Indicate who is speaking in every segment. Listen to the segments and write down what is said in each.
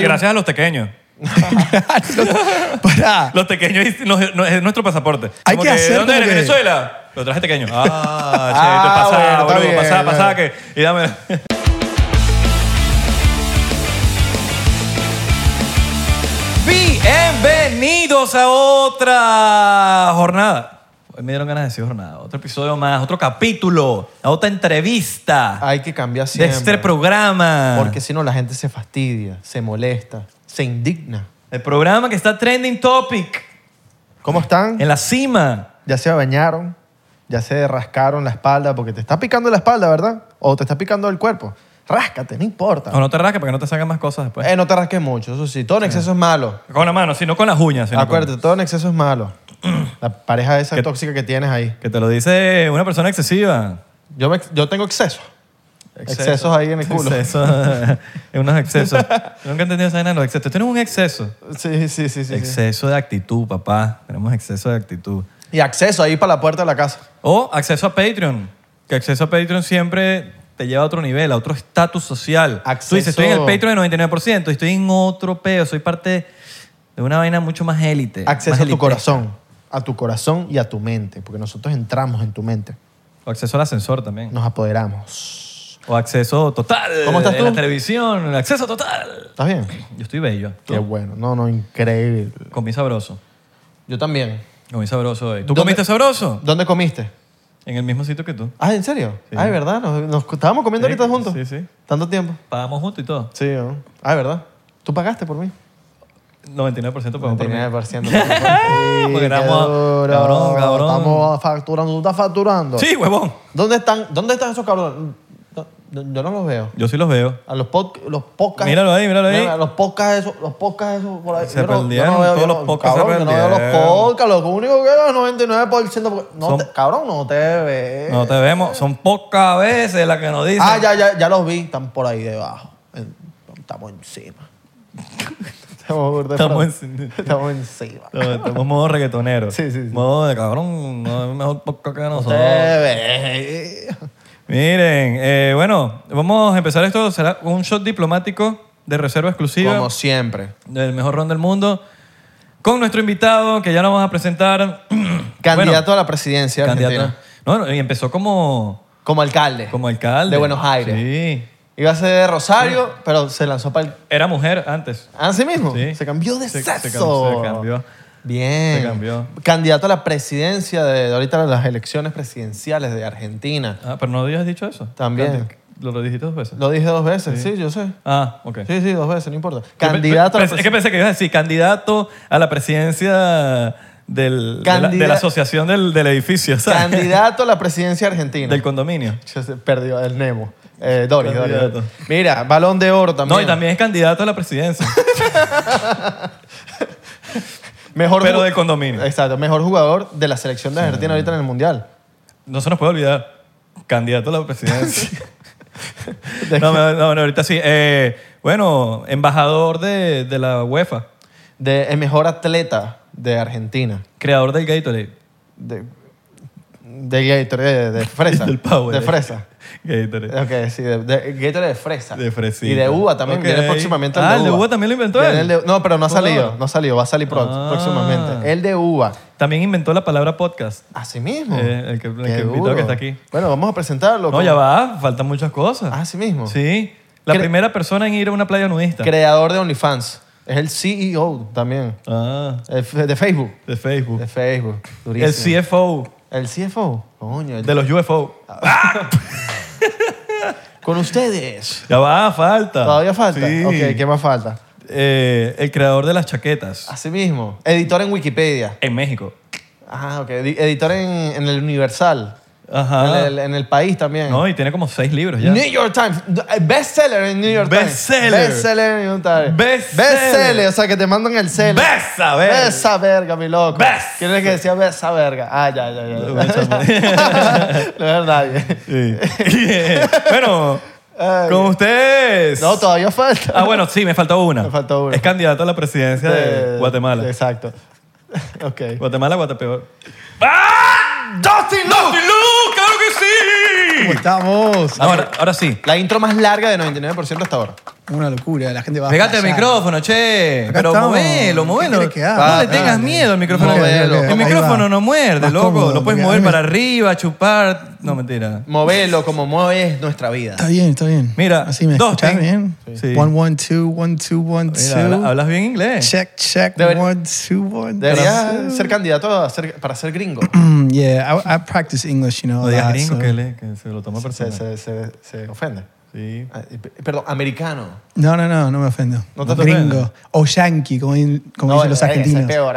Speaker 1: Gracias a los pequeños.
Speaker 2: Para.
Speaker 1: Los pequeños es, nos- nos- es nuestro pasaporte.
Speaker 2: Hay
Speaker 1: Como
Speaker 2: que hacer
Speaker 1: ¿de ¿Dónde
Speaker 2: como
Speaker 1: eres?
Speaker 2: que-
Speaker 1: ¿Venezuela? Lo traje pequeño. Ah,
Speaker 2: Ah,
Speaker 1: che,
Speaker 2: bueno,
Speaker 1: pasá,
Speaker 2: está
Speaker 1: boludo,
Speaker 2: bien,
Speaker 1: pasá,
Speaker 2: bueno.
Speaker 1: pasá que... Y dame... Bienvenidos a otra jornada. Hoy me dieron ganas de decir jornada. Otro episodio más, otro capítulo, a otra entrevista
Speaker 2: Ah,
Speaker 3: Hay que cambiar
Speaker 1: de
Speaker 3: siempre.
Speaker 1: este programa.
Speaker 3: Porque si no, la gente se fastidia, se molesta, se indigna.
Speaker 1: El programa que está trending topic
Speaker 3: ¿Cómo están?
Speaker 1: en la cima.
Speaker 3: Ya se bañaron, ya se rascaron la espalda, porque te está picando la espalda, ¿verdad? O te está picando el cuerpo. Ráscate, no importa.
Speaker 1: O no te rasques para que no te salgan más cosas después.
Speaker 3: Eh, no te rasques mucho, eso sí. Todo en exceso es malo.
Speaker 1: Con la mano, sino con las uñas. sino con-
Speaker 3: Acuérdate, todo en exceso es malo. La pareja esa
Speaker 1: ¿Qué-
Speaker 3: tóxica que tienes ahí.
Speaker 1: Que te lo dice una persona excesiva.
Speaker 3: Yo, me- yo tengo exceso. Excesos ahí en el culo.
Speaker 1: Excesos. unos excesos. Yo Nunca he entendido esa vaina de los excesos. Tenemos un exceso.
Speaker 3: Sí, sí, sí, sí, sí.
Speaker 1: Exceso de actitud, papá. Tenemos exceso de actitud.
Speaker 3: Y acceso ahí para la puerta de la casa.
Speaker 1: O acceso a Patreon. Que acceso a Patreon siempre te lleva a otro nivel, a otro estatus social. Tú dices,
Speaker 3: Acceso-
Speaker 1: estoy en el Patreon de 99%, estoy en otro peo, soy parte de una vaina mucho más élite. más
Speaker 3: Acceso a tu
Speaker 1: elitesca.
Speaker 3: corazón. A tu corazón y a tu mente. Porque nosotros entramos en tu mente.
Speaker 1: O acceso al ascensor también.
Speaker 3: Nos apoderamos.
Speaker 1: O acceso total.
Speaker 3: ¿Cómo estás
Speaker 1: en
Speaker 3: tú?
Speaker 1: la televisión, acceso total.
Speaker 3: ¿Estás bien?
Speaker 1: Yo estoy bello.
Speaker 3: Qué bueno. No, no, increíble.
Speaker 1: Comí sabroso.
Speaker 3: Yo también.
Speaker 1: Comí sabroso hoy. ¿Tú
Speaker 3: ¿Dónde-
Speaker 1: comiste sabroso?
Speaker 3: ¿Dónde comiste?
Speaker 1: En el mismo sitio que tú.
Speaker 3: Ah, ¿en serio? Ah, es ¿verdad? Nos, nos estábamos comiendo
Speaker 1: Sí,
Speaker 3: ahorita juntos.
Speaker 1: sí, sí.
Speaker 3: Tanto tiempo.
Speaker 1: Pagamos juntos y todo.
Speaker 3: Sí, ¿no? Ah, es ¿verdad? Tú pagaste por mí.
Speaker 1: 99% pagamos por mí.
Speaker 3: 99%.
Speaker 1: Porque
Speaker 3: Porque
Speaker 1: éramos- cabrón, cabrón.
Speaker 3: Estamos facturando. Tú estás facturando.
Speaker 1: Sí, huevón.
Speaker 3: ¿Dónde están, dónde están esos cabrones? No, no, Yo no los veo.
Speaker 1: Yo sí los veo.
Speaker 3: A los, pod, los podcasts.
Speaker 1: Míralo ahí, míralo ahí.
Speaker 3: Mira, los podcasts esos, los podcasts esos por ahí.
Speaker 1: Se
Speaker 3: Yo no- yo no
Speaker 1: perdieron,
Speaker 3: veo,
Speaker 1: todos
Speaker 3: yo
Speaker 1: los
Speaker 3: no-
Speaker 1: podcasts se
Speaker 3: cabrón, yo no veo
Speaker 1: perdieron.
Speaker 3: los podcasts, lo único que veo es 99%. porque- No
Speaker 1: Son-
Speaker 3: te- cabrón, no te ve.
Speaker 1: No te vemos. Son pocas veces las que nos dicen.
Speaker 3: ah, ya, ya, ya los vi, están por ahí debajo. En- Estamos encima. Estamos, burda de
Speaker 1: Estamos
Speaker 3: pro-
Speaker 1: encima.
Speaker 3: Estamos encima.
Speaker 1: No, Estamos modo reggaetonero.
Speaker 3: Sí, sí, sí.
Speaker 1: Modo de cabrón. No es mejor poca que
Speaker 3: No te
Speaker 1: nosotros.
Speaker 3: ve.
Speaker 1: Miren, eh, bueno, vamos a empezar esto. Será un shot diplomático de reserva exclusiva.
Speaker 3: Como siempre.
Speaker 1: del mejor ron del mundo, con nuestro invitado que ya lo vamos a presentar.
Speaker 3: Candidato
Speaker 1: Bueno,
Speaker 3: a la presidencia. de
Speaker 1: candidato.
Speaker 3: Argentina.
Speaker 1: No, no, y empezó como,
Speaker 3: Como alcalde.
Speaker 1: como alcalde.
Speaker 3: De Buenos Aires.
Speaker 1: Sí.
Speaker 3: Iba a ser de Rosario, pero se lanzó para el
Speaker 1: Era mujer antes.
Speaker 3: ¿Así Ah, mismo?
Speaker 1: Sí.
Speaker 3: Se cambió de
Speaker 1: Se- se
Speaker 3: sexo.
Speaker 1: cam- se cambió.
Speaker 3: Bien.
Speaker 1: Se cambió.
Speaker 3: Candidato a la presidencia de, de ahorita las elecciones presidenciales de Argentina.
Speaker 1: Ah, pero no habías dicho eso.
Speaker 3: También.
Speaker 1: Lo, lo dijiste dos veces.
Speaker 3: Lo dije dos veces, sí, yo sé.
Speaker 1: Ah, ok.
Speaker 3: Sí, sí, dos veces, no importa.
Speaker 1: Yo pe-
Speaker 3: Candidato a la
Speaker 1: pe- Es que
Speaker 3: presidencia.
Speaker 1: pensé que ibas a decir candidato a la presidencia del, de, la, de la
Speaker 3: Candida-
Speaker 1: asociación del, del edificio, ¿sabes?
Speaker 3: Candidato a la presidencia argentina.
Speaker 1: Del condominio.
Speaker 3: Yo sé, Perdió el Nemo. Eh, Doris, Doris,
Speaker 1: Candidato.
Speaker 3: Doris. Mira, balón de oro también.
Speaker 1: No, y también es candidato a la presidencia.
Speaker 3: Mejor
Speaker 1: pero
Speaker 3: ju- Eh.
Speaker 1: del condominio.
Speaker 3: Exacto, mejor jugador de la selección de Argentina ahorita en el Mundial.
Speaker 1: No se nos puede olvidar. Candidato a la presidencia. No, no, no, no, ahorita sí. Eh, bueno, embajador de, de la UEFA,
Speaker 3: De, el mejor atleta de Argentina.
Speaker 1: creador del Gatorade.
Speaker 3: De, de Gatorade, de, de fresa.
Speaker 1: Del Power.
Speaker 3: De fresa.
Speaker 1: Gatorade.
Speaker 3: Ok, sí, de, de Gatorade de fresa.
Speaker 1: De fresita.
Speaker 3: Y de uva también.
Speaker 1: Ok.
Speaker 3: Viene próximamente el
Speaker 1: Ah,
Speaker 3: de
Speaker 1: el
Speaker 3: uva.
Speaker 1: de uva también lo inventó
Speaker 3: Viene
Speaker 1: él.
Speaker 3: el de- no, pero no ha
Speaker 1: Por
Speaker 3: salido.
Speaker 1: favor.
Speaker 3: No ha salido. Va a salir pro-
Speaker 1: Ah.
Speaker 3: próximamente. El de uva.
Speaker 1: También inventó la palabra podcast.
Speaker 3: Así mismo.
Speaker 1: Eh, el que- el
Speaker 3: Qué
Speaker 1: que invitó
Speaker 3: duro.
Speaker 1: que está aquí.
Speaker 3: Bueno, vamos a presentarlo.
Speaker 1: No, ya va, faltan muchas cosas.
Speaker 3: Así mismo.
Speaker 1: Sí. La
Speaker 3: Ah, Cre-
Speaker 1: primera persona en ir a una playa nudista.
Speaker 3: Creador de OnlyFans. Es el CEO también.
Speaker 1: ah,
Speaker 3: El f- de Facebook.
Speaker 1: de Facebook.
Speaker 3: De Facebook. Durísimo.
Speaker 1: El CFO
Speaker 3: El CFO. Coño. el-
Speaker 1: de los UFO.
Speaker 3: Ah. Con ustedes.
Speaker 1: Ya va, falta.
Speaker 3: ¿Todavía falta?
Speaker 1: Ah. Sí.
Speaker 3: Ok, ¿qué Ah. más falta?
Speaker 1: Eh, el creador de las chaquetas
Speaker 3: Así mismo. Editor en Wikipedia.
Speaker 1: en México.
Speaker 3: Ah, ok. Edi- Editor en, en el Universal.
Speaker 1: Ajá.
Speaker 3: En el, en el país también.
Speaker 1: Ah. No, y tiene como seis libros ya.
Speaker 3: New York Times. Bestseller en New York Times.
Speaker 1: Bestseller.
Speaker 3: Bestseller en New York Times.
Speaker 1: Bestseller.
Speaker 3: Bestseller, O sea, que te mandan el cel.
Speaker 1: ¡Besa, ver!
Speaker 3: Besa verga, mi loco.
Speaker 1: Best-
Speaker 3: ¿Quién es que decía besa verga? Ah, ya, ya, ya.
Speaker 1: Lo
Speaker 3: No
Speaker 1: voy a echar-
Speaker 3: es nadie.
Speaker 1: Sí. bueno,
Speaker 3: Ay.
Speaker 1: con ustedes.
Speaker 3: No, todavía falta.
Speaker 1: Ah, bueno, sí, me faltó una.
Speaker 3: Me faltó una.
Speaker 1: Es candidato a la presidencia de, Guatemala.
Speaker 3: Eh, Exacto. Ok.
Speaker 1: Guatemala, Guatepeor. ¡Ah! ¡Dustin Lu! ¡Claro que sí!
Speaker 3: ¿Cómo estamos?
Speaker 1: Ahora, ahora sí.
Speaker 3: La intro más larga de 99% hasta ahora.
Speaker 2: Una locura, la gente va a
Speaker 1: Pegate el
Speaker 2: flashear.
Speaker 1: micrófono, che.
Speaker 2: Acá
Speaker 1: Pero
Speaker 2: estamos.
Speaker 1: movelo,
Speaker 2: ¿Qué
Speaker 1: movelo.
Speaker 2: quieres que haga?
Speaker 1: No le
Speaker 2: Dale.
Speaker 1: tengas miedo al micrófono.
Speaker 2: Movelo.
Speaker 1: El
Speaker 2: Ahí
Speaker 1: micrófono
Speaker 2: va.
Speaker 1: no muerde,
Speaker 2: Más
Speaker 1: loco.
Speaker 2: cómodo,
Speaker 1: lo puedes
Speaker 2: porque a
Speaker 1: mover
Speaker 2: mí me-
Speaker 1: para arriba, chupar. No, mentira.
Speaker 3: Movelo como mueves nuestra vida.
Speaker 2: Está bien, está bien.
Speaker 1: Mira,
Speaker 2: Así me
Speaker 1: dos,
Speaker 2: escuchás
Speaker 1: ¿eh?
Speaker 2: bien.
Speaker 1: Sí.
Speaker 2: One, one, two, one, two, one,
Speaker 1: Mira,
Speaker 2: two.
Speaker 1: habla- hablas bien inglés.
Speaker 2: Check, check,
Speaker 3: Debería-
Speaker 2: one, two, one,
Speaker 3: Debería
Speaker 2: two.
Speaker 3: ser candidato a ser- para ser gringo.
Speaker 2: Mm, yeah, I, I practice English, you know.
Speaker 1: No digas
Speaker 2: that,
Speaker 1: gringo
Speaker 2: so-
Speaker 1: que, le- que se lo toma
Speaker 3: se,
Speaker 1: personal.
Speaker 3: se, se, se ofende.
Speaker 1: Sí.
Speaker 3: Ah, eh, p- Perdón, americano.
Speaker 2: No, no, no, no me ofendo.
Speaker 3: No te
Speaker 2: gringo. O yankee, como, dicen- como
Speaker 3: No,
Speaker 2: dicen los
Speaker 3: eh, ese
Speaker 2: argentinos.
Speaker 3: Es peor.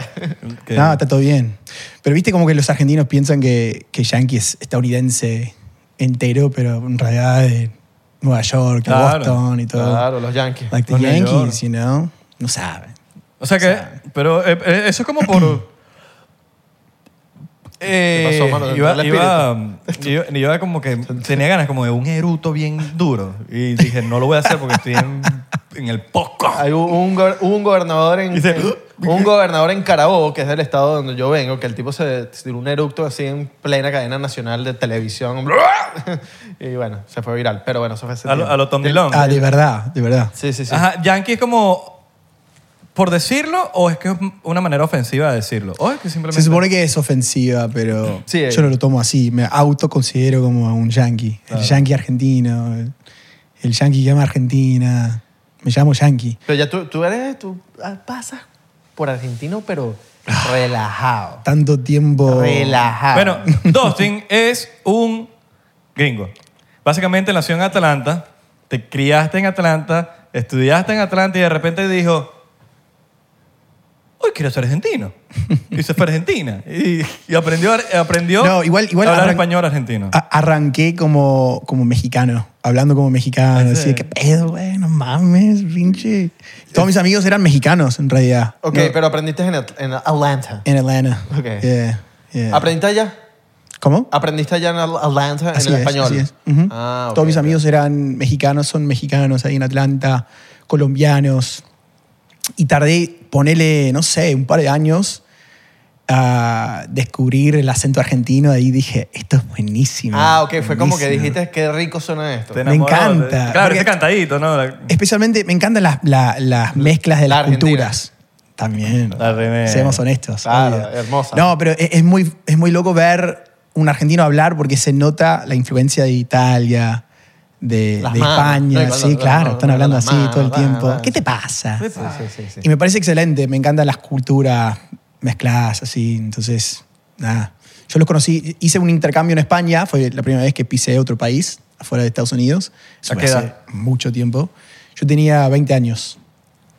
Speaker 1: Que-
Speaker 2: No, está todo bien. Pero viste como que los argentinos piensan que, que Yankee es estadounidense entero, pero en realidad de Nueva York, de
Speaker 1: Claro,
Speaker 2: Boston y todo.
Speaker 3: Claro, los yankees.
Speaker 2: Like the
Speaker 1: Los New
Speaker 2: Yankees, you know. No saben.
Speaker 1: O sea que, pero eh, eh, eso es como por... Eh,
Speaker 3: ¿Qué pasó, mano?
Speaker 1: iba,
Speaker 3: ¿Te entró el
Speaker 1: iba, iba- iba como que tenía ganas como de un eruto bien duro y dije no lo voy a hacer porque estoy en, en el poco
Speaker 3: Hay un, un go- un gobernador en,
Speaker 1: Dice,
Speaker 3: en- un gobernador en Carabobo, que es del estado donde yo vengo, que el tipo se tiró un eructo así en plena cadena nacional de televisión. y bueno, se fue viral. Pero bueno, eso fue ese
Speaker 1: a lo,
Speaker 3: tiempo.
Speaker 1: a lo Tom Dillon.
Speaker 2: Ah, de verdad, de verdad.
Speaker 3: Sí, sí, sí.
Speaker 1: Ajá, Yankee es como por decirlo o es que es una manera ofensiva de decirlo o es que simplemente
Speaker 2: Se supone que es ofensiva, pero
Speaker 3: Sí, eh.
Speaker 2: yo no lo tomo así. Me autoconsidero como un yankee. El yankee argentino, el, el yankee que ama Argentina. Me llamo yankee.
Speaker 3: Pero ya tú, tú eres, tú ah, pasas por argentino, pero relajado.
Speaker 2: Tanto tiempo... Ah.
Speaker 3: Relajado.
Speaker 1: Bueno, Dustin es un gringo. Básicamente nació en Atlanta, te criaste en Atlanta, estudiaste en Atlanta y de repente dijo, hoy quiero ser argentino. Y se fue a Argentina. Y, y aprendió, aprendió
Speaker 2: No, igual- igual
Speaker 1: a hablar
Speaker 2: arran- Ah,
Speaker 1: español argentino.
Speaker 2: A- arranqué como, como mexicano, hablando como mexicano.
Speaker 1: Ah, sí.
Speaker 2: Decía, ¿qué pedo, güey? No mames, pinche. Todos mis amigos eran mexicanos, en realidad.
Speaker 3: ok,
Speaker 2: No,
Speaker 3: pero aprendiste en, At- en Atlanta.
Speaker 2: En Atlanta.
Speaker 3: Ok.
Speaker 2: Yeah, yeah.
Speaker 3: ¿Aprendiste allá?
Speaker 2: ¿Cómo?
Speaker 3: ¿Aprendiste allá en Al- Atlanta
Speaker 2: Así
Speaker 3: en el
Speaker 2: es,
Speaker 3: español?
Speaker 2: así es. Ujú.
Speaker 3: Ah, ok,
Speaker 2: Todos mis
Speaker 3: ok.
Speaker 2: amigos eran mexicanos, son mexicanos ahí en Atlanta, colombianos. Y tardé, ponele, no sé, un par de años a descubrir el acento argentino. Ahí dije, esto es buenísimo.
Speaker 3: Ah, ok, fue como que
Speaker 2: buenísimo".
Speaker 3: dijiste, qué rico suena esto.
Speaker 1: Te enamoró,
Speaker 2: encanta,
Speaker 1: te- Claro,
Speaker 2: porque-
Speaker 1: ese cantadito, ¿no? La,
Speaker 2: Especialmente me encantan las, la- las mezclas de
Speaker 3: La
Speaker 2: las
Speaker 3: Argentina.
Speaker 2: culturas. También.
Speaker 1: La remera.
Speaker 2: Seamos honestos.
Speaker 3: Claro,
Speaker 2: obvio.
Speaker 3: hermosa.
Speaker 2: No, pero e-, es, es muy, es muy loco ver un argentino hablar porque se nota la influencia de Italia, de,
Speaker 3: Las
Speaker 2: de
Speaker 3: manos.
Speaker 2: España.
Speaker 3: No, y
Speaker 2: sí,
Speaker 3: cuando-
Speaker 2: claro,
Speaker 3: no,
Speaker 2: están
Speaker 3: no,
Speaker 2: hablando
Speaker 3: las
Speaker 2: así
Speaker 3: manos,
Speaker 2: todo el
Speaker 3: las
Speaker 2: tiempo.
Speaker 3: manos.
Speaker 2: ¿Qué te pasa?
Speaker 3: Sí, sí, sí, sí.
Speaker 2: Y me parece excelente. Me encantan las culturas mezcladas así. Entonces, nada. Yo los conocí, hice un intercambio en España, fue la primera vez que pisé otro país afuera de Estados Unidos. Eso
Speaker 1: ¿A
Speaker 2: fue
Speaker 1: qué
Speaker 2: hace
Speaker 1: edad?
Speaker 2: mucho tiempo. Yo tenía 20 años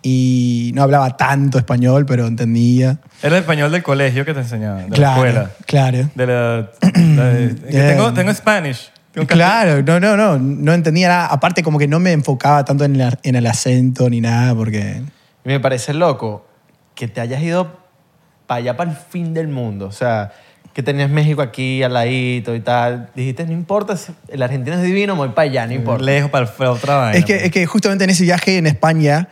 Speaker 2: y no hablaba tanto español, pero entendía.
Speaker 1: Era el español del colegio que te enseñaba, de
Speaker 2: claro,
Speaker 1: la escuela.
Speaker 2: claro.
Speaker 1: De la, la de- que
Speaker 2: Yeah.
Speaker 1: tengo, tengo Spanish. Tengo casi-
Speaker 2: Claro, no, no, no, no entendía nada. Aparte, como que no me enfocaba tanto en, la- en el acento ni nada, porque
Speaker 3: Y me parece loco que te hayas ido para allá, para el fin del mundo. O sea, que tenías México aquí al ladito y tal. Dijiste, no importa, el argentino es divino, me voy para allá, no importa.
Speaker 1: Lejos para, para otra vaina.
Speaker 2: Es que, es que justamente en ese viaje en España,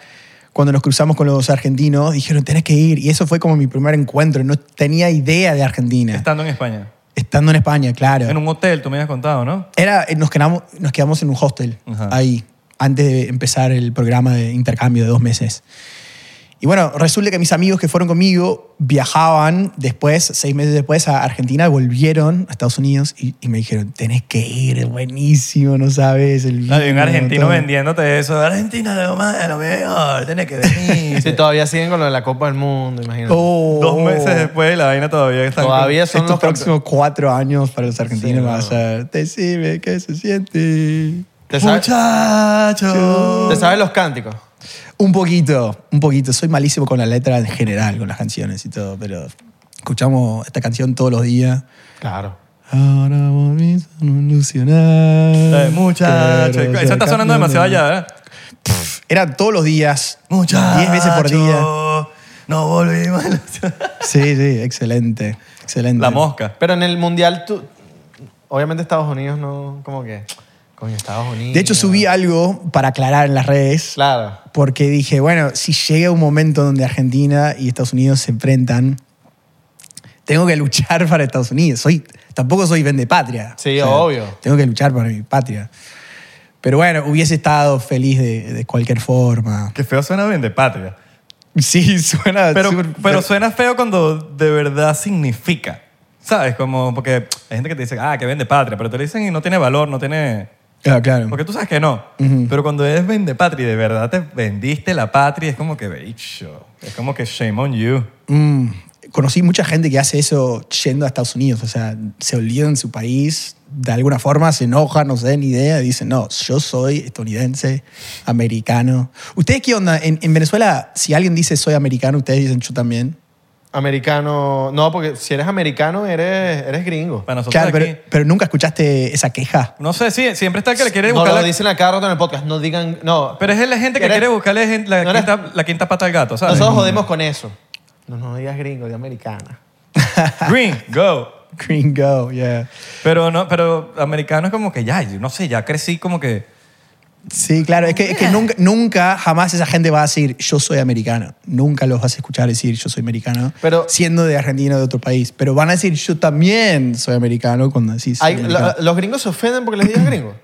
Speaker 2: cuando nos cruzamos con los argentinos, dijeron, tenés que ir. Y eso fue como mi primer encuentro. No tenía idea de Argentina.
Speaker 1: Estando en España.
Speaker 2: Estando en España, claro.
Speaker 1: En un hotel, tú me habías contado, ¿no?
Speaker 2: Era, eh, nos, quedamos, nos quedamos en un hostel
Speaker 1: Ajá.
Speaker 2: ahí, antes de empezar el programa de intercambio de dos meses. Y bueno, resulta que mis amigos que fueron conmigo viajaban después, seis meses después, a Argentina, volvieron a Estados Unidos y, y me dijeron, tenés que ir, es buenísimo, no sabes. El
Speaker 1: Hay un
Speaker 2: vino,
Speaker 1: argentino
Speaker 2: todo".
Speaker 1: vendiéndote eso. Argentina de lo más, de lo mejor, tienes que venir.
Speaker 3: Si todavía siguen con lo de la Copa del Mundo, imagínate.
Speaker 2: Oh.
Speaker 1: Dos meses después y la vaina todavía está.
Speaker 3: todavía son
Speaker 2: Estos
Speaker 3: los
Speaker 2: próximos cuatro años para los argentinos
Speaker 3: Sí,
Speaker 2: va a ser, decime qué se siente.
Speaker 3: ¿Te sabes,
Speaker 1: Muchachos.
Speaker 3: te sabes los cánticos?
Speaker 2: Un poquito, un poquito. Soy malísimo con la letra en general, con las canciones y todo, pero escuchamos esta canción todos los días.
Speaker 3: Claro.
Speaker 2: Ahora volvís a no ilusionar.
Speaker 1: Muchachos.
Speaker 2: pero
Speaker 1: Eh, Eso está
Speaker 2: ya
Speaker 1: sonando demasiado
Speaker 2: cambió.
Speaker 1: allá, ¿verdad?
Speaker 2: Era todos los días,
Speaker 1: Muchachos.
Speaker 2: diez veces por día.
Speaker 1: No volvimos.
Speaker 2: Sí, sí, excelente, excelente.
Speaker 1: La mosca.
Speaker 3: Pero en el Mundial, tú... Obviamente Estados Unidos no... Como que... Coño, Estados Unidos...
Speaker 2: De hecho, subí algo para aclarar en las redes.
Speaker 3: Claro.
Speaker 2: porque dije, bueno, si llega un momento donde Argentina y Estados Unidos se enfrentan, tengo que luchar para Estados Unidos. Soy, tampoco soy vende patria.
Speaker 3: Sí, obvio.
Speaker 2: Tengo que luchar para mi patria. Pero bueno, hubiese estado feliz de, de cualquier forma.
Speaker 1: Que feo suena bien de patria.
Speaker 2: Sí, suena.
Speaker 1: Pero,
Speaker 2: súper-
Speaker 1: pero suena feo cuando de verdad significa. ¿Sabes? Como porque hay gente que te dice, ah, que vende patria, pero te lo dicen y no tiene valor, no tiene...
Speaker 2: Claro, claro.
Speaker 1: Porque tú sabes que no. Pero cuando es vende patria y de verdad te vendiste la patria, es como que, bicho, es como que shame on you.
Speaker 2: Mm, conocí mucha gente que hace eso yendo a Estados Unidos. O sea, se olvidan su país, de alguna forma se enojan, no se dan idea, y dicen, no, yo soy estadounidense, americano. ¿Ustedes qué onda? En, en Venezuela, si alguien dice soy americano, ustedes dicen yo también.
Speaker 3: Americano. No, porque si eres americano, eres, eres gringo.
Speaker 1: Para nosotros
Speaker 2: Claro,
Speaker 1: aquí-
Speaker 2: pero, pero nunca escuchaste esa queja.
Speaker 1: No sé, sí, siempre está el que le quiere
Speaker 3: No
Speaker 1: buscar
Speaker 3: lo
Speaker 1: la-
Speaker 3: dicen a cada rato en el podcast. No digan. No.
Speaker 1: Pero es la gente que
Speaker 3: Eres-
Speaker 1: quiere buscarle gen- la,
Speaker 3: no eres-
Speaker 1: quinta, la quinta pata al gato, ¿sabes?
Speaker 3: Nosotros jodemos con eso. No, no digas gringo, di americana.
Speaker 1: Green, go.
Speaker 2: Gringo, yeah.
Speaker 1: Pero no, pero americano es como que ya, yo no sé, ya crecí como que.
Speaker 2: Sí, claro, es que, es que nunca, nunca, jamás esa gente va a decir yo soy americano. Nunca los vas a escuchar decir yo soy americano,
Speaker 3: Pero-
Speaker 2: siendo de Argentina o de otro país. Pero van a decir yo también soy americano cuando decís. soy
Speaker 3: Hay-
Speaker 2: americano.
Speaker 3: la- los gringos se ofenden porque les digas gringo.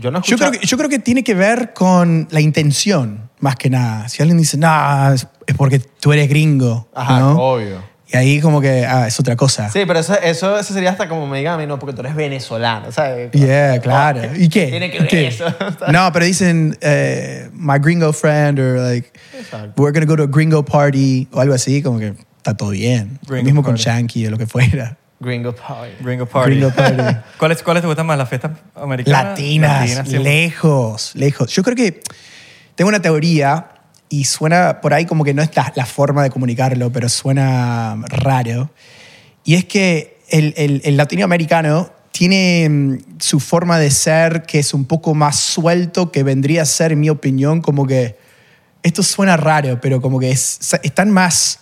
Speaker 3: Yo no escucho.
Speaker 2: Yo creo, que, yo creo que tiene que ver con la intención, más que nada. Si alguien dice, no, es es porque tú eres gringo.
Speaker 3: Ajá,
Speaker 2: ¿no?
Speaker 3: obvio.
Speaker 2: Y ahí como que, ah, es otra cosa.
Speaker 3: Sí, pero eso, eso, eso sería hasta como me digan a mí, no, porque tú eres venezolano, ¿sabes?
Speaker 2: Yeah, claro.
Speaker 3: Oh,
Speaker 2: ¿Y qué?
Speaker 3: Tiene que
Speaker 2: ¿Y
Speaker 3: ver
Speaker 2: qué?
Speaker 3: eso.
Speaker 2: No, pero dicen, eh, my gringo friend, or like,
Speaker 3: Exacto.
Speaker 2: we're gonna go to a gringo party, o algo así, como que está todo bien. Lo
Speaker 1: Gringo
Speaker 2: mismo con
Speaker 1: party.
Speaker 2: Shanky o lo que fuera.
Speaker 3: Gringo power.
Speaker 1: Gringo Party.
Speaker 2: Gringo party.
Speaker 1: ¿Cuáles, ¿Cuáles te gustan más? ¿Las fiestas americanas?
Speaker 2: Latinas,
Speaker 1: sí.
Speaker 2: lejos, lejos. Yo creo que tengo una teoría y suena por ahí como que no es la, la forma de comunicarlo, pero suena raro. Y es que el, el- el latinoamericano tiene mm, su forma de ser que es un poco más suelto, que vendría a ser, en mi opinión, como que. Esto suena raro, pero como que es- están más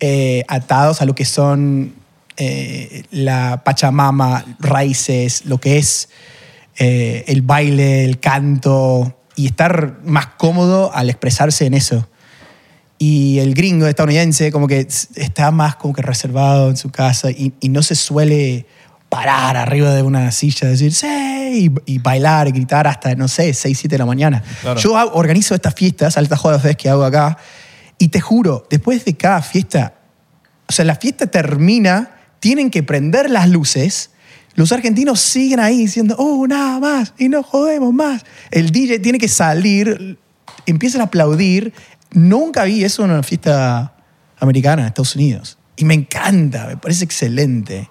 Speaker 2: eh, atados a lo que son eh, la Pachamama, raíces, lo que es eh, el baile, el canto, y estar más cómodo al expresarse en eso. Y el gringo estadounidense como que s- está más como que reservado en su casa y, y no se suele parar arriba de una silla y decir sí y, y bailar y gritar hasta, no sé, 6, 7 de la mañana.
Speaker 1: Claro.
Speaker 2: Yo hago- organizo estas fiestas, altas jodas veces que hago acá, y te juro, después de cada fiesta, o sea, la fiesta termina, tienen que prender las luces. Los argentinos siguen ahí diciendo, oh, nada más, y no jodemos más. El DJ tiene que salir, empiezan a aplaudir. Nunca vi eso en una fiesta americana en Estados Unidos. Y me encanta, me parece excelente.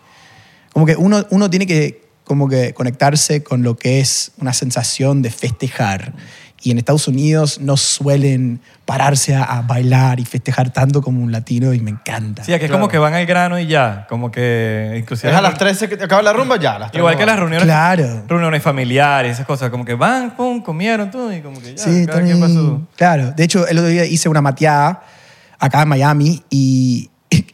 Speaker 2: Como que uno, uno tiene que, como que conectarse con lo que es una sensación de festejar. Y en Estados Unidos no suelen pararse a, a bailar y festejar tanto como un latino y me encanta.
Speaker 1: Sí, aquí es como que van al grano y ya. Como que
Speaker 3: Si
Speaker 1: inclusive.
Speaker 3: es a las 13 que te acaba la rumba, ya. a las 13
Speaker 1: Igual que
Speaker 3: no va.
Speaker 1: las reuniones.
Speaker 2: Claro.
Speaker 1: Reuniones familiares, esas cosas. Como que van, pum, comieron, tú, y como que ya.
Speaker 2: Sí,
Speaker 1: cada quien
Speaker 2: Tony.
Speaker 1: pa' su-
Speaker 2: Claro. De hecho, el otro día hice una mateada acá en Miami y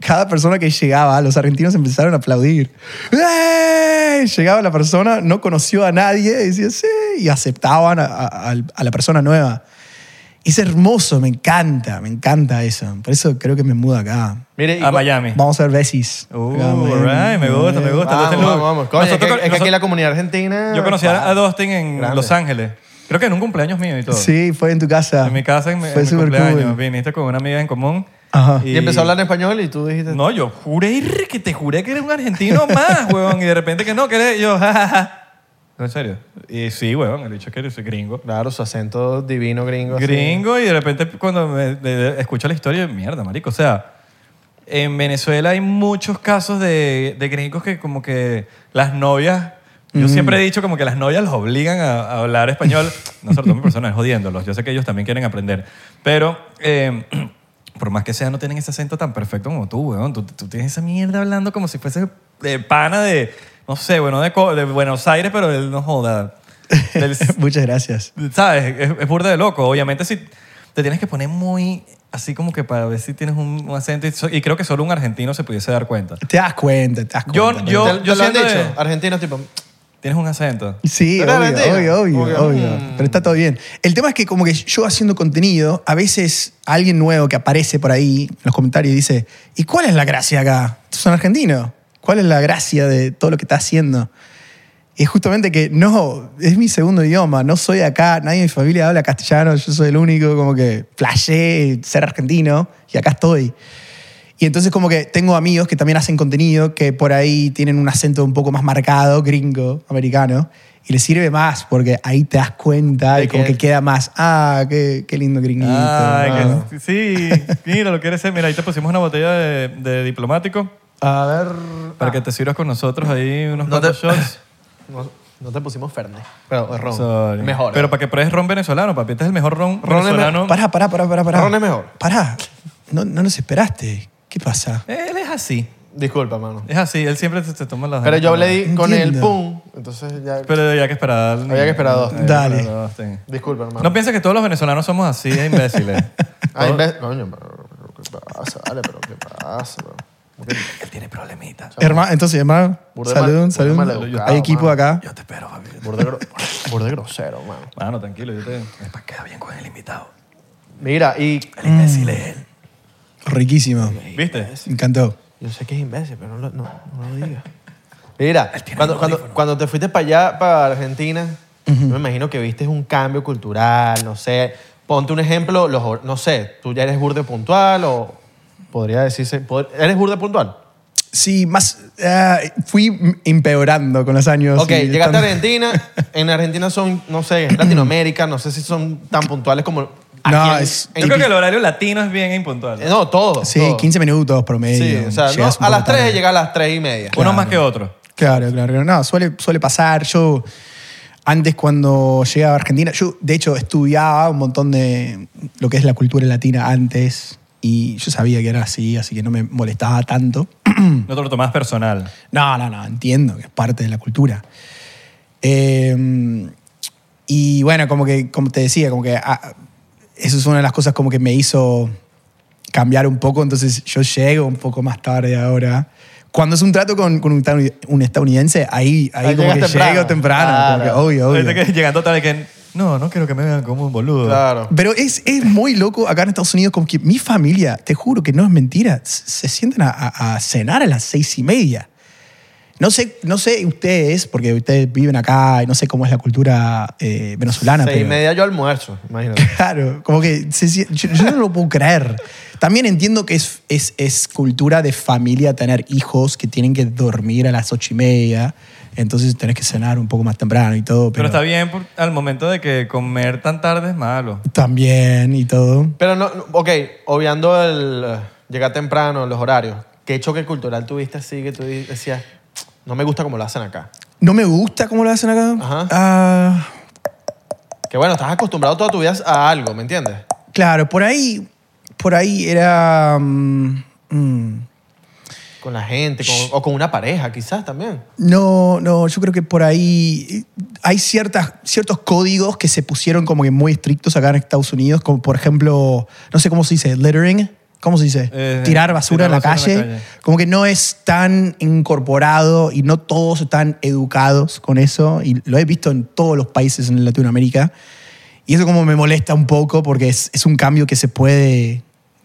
Speaker 2: cada persona que llegaba, los argentinos empezaron a aplaudir. ¡Ey! Llegaba la persona, no conoció a nadie, y decía sí, y aceptaban a, a- a la persona nueva. Y es hermoso, me encanta, me encanta eso. Por eso creo que me mudo acá.
Speaker 3: Mire, y
Speaker 1: A
Speaker 3: cu-
Speaker 1: Miami.
Speaker 2: Vamos a ver Besis.
Speaker 1: Uh, alright, me gusta, me gusta.
Speaker 3: Vamos,
Speaker 1: Entonces,
Speaker 3: vamos,
Speaker 1: lo-
Speaker 3: vamos. Coño, es que,
Speaker 1: nosotros-
Speaker 3: es que aquí
Speaker 1: nosotros-
Speaker 3: la comunidad argentina.
Speaker 1: Yo conocí a, a
Speaker 3: dos.
Speaker 1: Dustin en
Speaker 3: Grande.
Speaker 1: Los Ángeles. Creo que en un cumpleaños mío y todo.
Speaker 2: Sí, fue en tu casa.
Speaker 1: En mi casa, en, mi- en mi
Speaker 2: súper
Speaker 1: cumpleaños. Viniste con una amiga en común.
Speaker 2: Ajá.
Speaker 3: Y empezó a hablar en español y tú dijiste.
Speaker 1: No, yo juré irre, que te juré que eres un argentino más, huevón. Y de repente que no, que eres. y Yo, jajaja. No, en serio. Y sí, huevón, el dicho que eres gringo.
Speaker 3: Claro, su acento divino gringo. así.
Speaker 1: Gringo, y de repente cuando me- de- de- escucho la historia, mierda, marico. O sea, en Venezuela hay muchos casos de, de gringos que, como que las novias. Yo siempre he dicho como que las novias los obligan a, a hablar español. No sobre todo mi persona, es jodiéndolos. Yo sé que ellos también quieren aprender. Pero. eh, por más que sea, no tienen ese acento tan perfecto como tú, weón. Tú, tú tienes esa mierda hablando como si fuese de pana de, no sé, bueno, de, Co- de Buenos Aires, pero él no joda. Del,
Speaker 2: Muchas gracias.
Speaker 1: ¿Sabes? Es, es burda de loco. Obviamente, si te tienes que poner muy así como que para ver si tienes un, un acento. Y, so- y creo que solo un argentino se pudiese dar cuenta.
Speaker 2: Te das cuenta, te das
Speaker 1: Yo-
Speaker 2: cuenta.
Speaker 3: ¿Te-
Speaker 1: yo-
Speaker 3: te lo han
Speaker 1: siento
Speaker 3: dicho?
Speaker 1: de-
Speaker 3: Argentinos, tipo.
Speaker 1: Tienes un acento.
Speaker 2: Sí,
Speaker 3: Pero
Speaker 2: obvio,
Speaker 3: era mentira.
Speaker 2: obvio, obvio,
Speaker 3: Como que,
Speaker 2: obvio.
Speaker 3: mm.
Speaker 2: Pero está todo bien. El tema es que como que yo haciendo contenido, a veces alguien nuevo que aparece por ahí en los comentarios dice, ¿y cuál es la gracia acá? Tú eres un argentino. ¿Cuál es la gracia de todo lo que estás haciendo? es justamente que no, es mi segundo idioma, no soy acá, nadie de mi familia habla castellano, yo soy el único, como que flashé ser argentino y acá estoy. Y entonces como que tengo amigos que también hacen contenido que por ahí tienen un acento un poco más marcado, gringo, americano, y les sirve más porque ahí te das cuenta
Speaker 3: De
Speaker 2: y como
Speaker 3: que-
Speaker 2: que queda más, ah, qué, qué lindo gringuito.
Speaker 1: Ay,
Speaker 2: ah.
Speaker 1: que- sí, mira, lo quieres ser. Mira, ahí te pusimos una botella de, de diplomático
Speaker 3: A ver.
Speaker 1: para que te sirvas con nosotros ahí unos
Speaker 3: No te-
Speaker 1: cuantos shots.
Speaker 3: No, no te pusimos Fernet. Pero es ron.
Speaker 1: Sorry.
Speaker 3: Mejor.
Speaker 1: Pero para que pruebes ron venezolano, papi. Este es el mejor ron,
Speaker 3: Ron es
Speaker 1: venezolano.
Speaker 2: Pará, pará, pará, pará. pará.
Speaker 3: Ron es mejor.
Speaker 2: Pará, no, no nos esperaste. ¿Qué pasa?
Speaker 1: Él es así.
Speaker 3: Disculpa, mano.
Speaker 1: Es así. Él siempre se, se toma las...
Speaker 3: Pero yo le di con el
Speaker 2: Entiendo.
Speaker 3: pum. Entonces ya.
Speaker 1: Pero había que esperar. al-
Speaker 3: Había que esperar dos.
Speaker 1: Había que
Speaker 2: Dale.
Speaker 1: esperar dos, sí.
Speaker 3: Disculpa, hermano.
Speaker 1: No pienses que todos los venezolanos somos así de imbéciles.
Speaker 3: Ah, inves- Coño, pero ¿qué pasa? Dale, pero ¿qué pasa? bro? ¿Por qué?
Speaker 1: Él tiene problemitas.
Speaker 2: Hermano, entonces, hermano,
Speaker 3: Burda de mal- burda
Speaker 2: salud,
Speaker 3: de
Speaker 2: salud.
Speaker 3: maleducado,
Speaker 2: Hay equipo
Speaker 3: mano.
Speaker 2: acá.
Speaker 1: Yo te espero, papi.
Speaker 3: Burde, gro- burde grosero, mano.
Speaker 1: Mano, tranquilo. Yo te... Es para quedar bien con el invitado.
Speaker 3: Mira, y
Speaker 1: El imbécil es él.
Speaker 2: Riquísimo.
Speaker 1: ¿Viste?
Speaker 2: Me encantó.
Speaker 3: Mm, yo sé que es imbécil, pero no lo, no, no lo digas. Mira, cuando, cuando, cuando te fuiste para allá, para Argentina, yo me imagino que viste un cambio cultural, no sé. Ponte un ejemplo, los, hor- no sé, tú ya eres burde puntual o podría decirse, pod- ¿eres burde puntual?
Speaker 2: Sí, más. eh, fui empeorando con los años.
Speaker 3: Ok,
Speaker 2: y
Speaker 3: llegaste a
Speaker 2: estando-
Speaker 3: Argentina. En Argentina son, no sé, en Latinoamérica, no sé si son tan puntuales como. aquí
Speaker 2: No,
Speaker 3: en-
Speaker 2: es-
Speaker 1: Yo
Speaker 3: en-
Speaker 1: creo que el horario latino es bien impuntual.
Speaker 3: eh, No, todo.
Speaker 2: Sí,
Speaker 3: todo.
Speaker 2: 15 minutos promedio.
Speaker 3: Sí, o sea, no,
Speaker 2: llegas un
Speaker 3: a
Speaker 2: poco
Speaker 3: las 3
Speaker 2: tarde.
Speaker 3: llega a las 3 y media.
Speaker 1: Uno más que otro.
Speaker 2: Claro, claro. No, suele, suele pasar. Yo, antes cuando llegaba a Argentina, yo de hecho estudiaba un montón de lo que es la cultura latina antes y yo sabía que era así, así que no me molestaba tanto. Mm.
Speaker 1: No te lo tomás personal.
Speaker 2: No, no, no, entiendo que es parte de la cultura. Eh, y bueno, como que, como te decía, como que ah, eso es una de las cosas como que me hizo cambiar un poco, entonces yo llego un poco más tarde ahora. Cuando es un trato con, con un, estadouni- un estadounidense, ahí, ahí
Speaker 3: Ahí
Speaker 2: como que
Speaker 3: llegas temprano. Ah,
Speaker 2: llego temprano, como que
Speaker 3: Claro.
Speaker 2: obvio, obvio.
Speaker 1: Ahorita que llegando tarde que no, no quiero que me vean como un boludo.
Speaker 3: Claro.
Speaker 2: Pero es, es muy loco acá en Estados Unidos, como que mi familia, te juro que no es mentira, s- se sientan a, a- a cenar a las seis y media. No sé, no sé ustedes, porque ustedes viven acá y no sé cómo es la cultura eh, venezolana.
Speaker 3: 6 y
Speaker 2: pero-
Speaker 3: media yo almuerzo, imagínate.
Speaker 2: Claro, como que se sien- yo, yo no lo puedo creer. También entiendo que es, es, es cultura de familia tener hijos que tienen que dormir a las ocho y media, entonces tenés que cenar un poco más temprano y todo.
Speaker 1: Pero
Speaker 2: Pero,
Speaker 1: está bien por- al momento de que comer tan tarde es malo.
Speaker 2: También y todo.
Speaker 3: Pero no, no, ok, obviando el eh, llegar temprano, los horarios, ¿qué choque cultural tuviste así que tú di- decías, no me gusta como lo hacen acá?
Speaker 2: No me gusta cómo lo hacen acá.
Speaker 3: Ajá.
Speaker 2: Ah,
Speaker 3: Que bueno, estás acostumbrado toda tu vida a algo, ¿me entiendes?
Speaker 2: claro, por ahí, por ahí era... mm, mm.
Speaker 3: Con la gente, con- o con una pareja quizás también.
Speaker 2: no, no, yo creo que por ahí eh, hay ciertas, ciertos códigos que se pusieron como que muy estrictos acá en Estados Unidos, como por ejemplo, no sé cómo se dice, littering. ¿Cómo se dice?
Speaker 1: Eh,
Speaker 2: tirar basura,
Speaker 1: tirar
Speaker 2: en, la
Speaker 1: basura en la
Speaker 2: calle.
Speaker 1: calle.
Speaker 2: Como que no es tan incorporado y no todos están educados con eso. Y lo he visto en todos los países en Latinoamérica. Y eso como me molesta un poco porque es, es un cambio que se puede,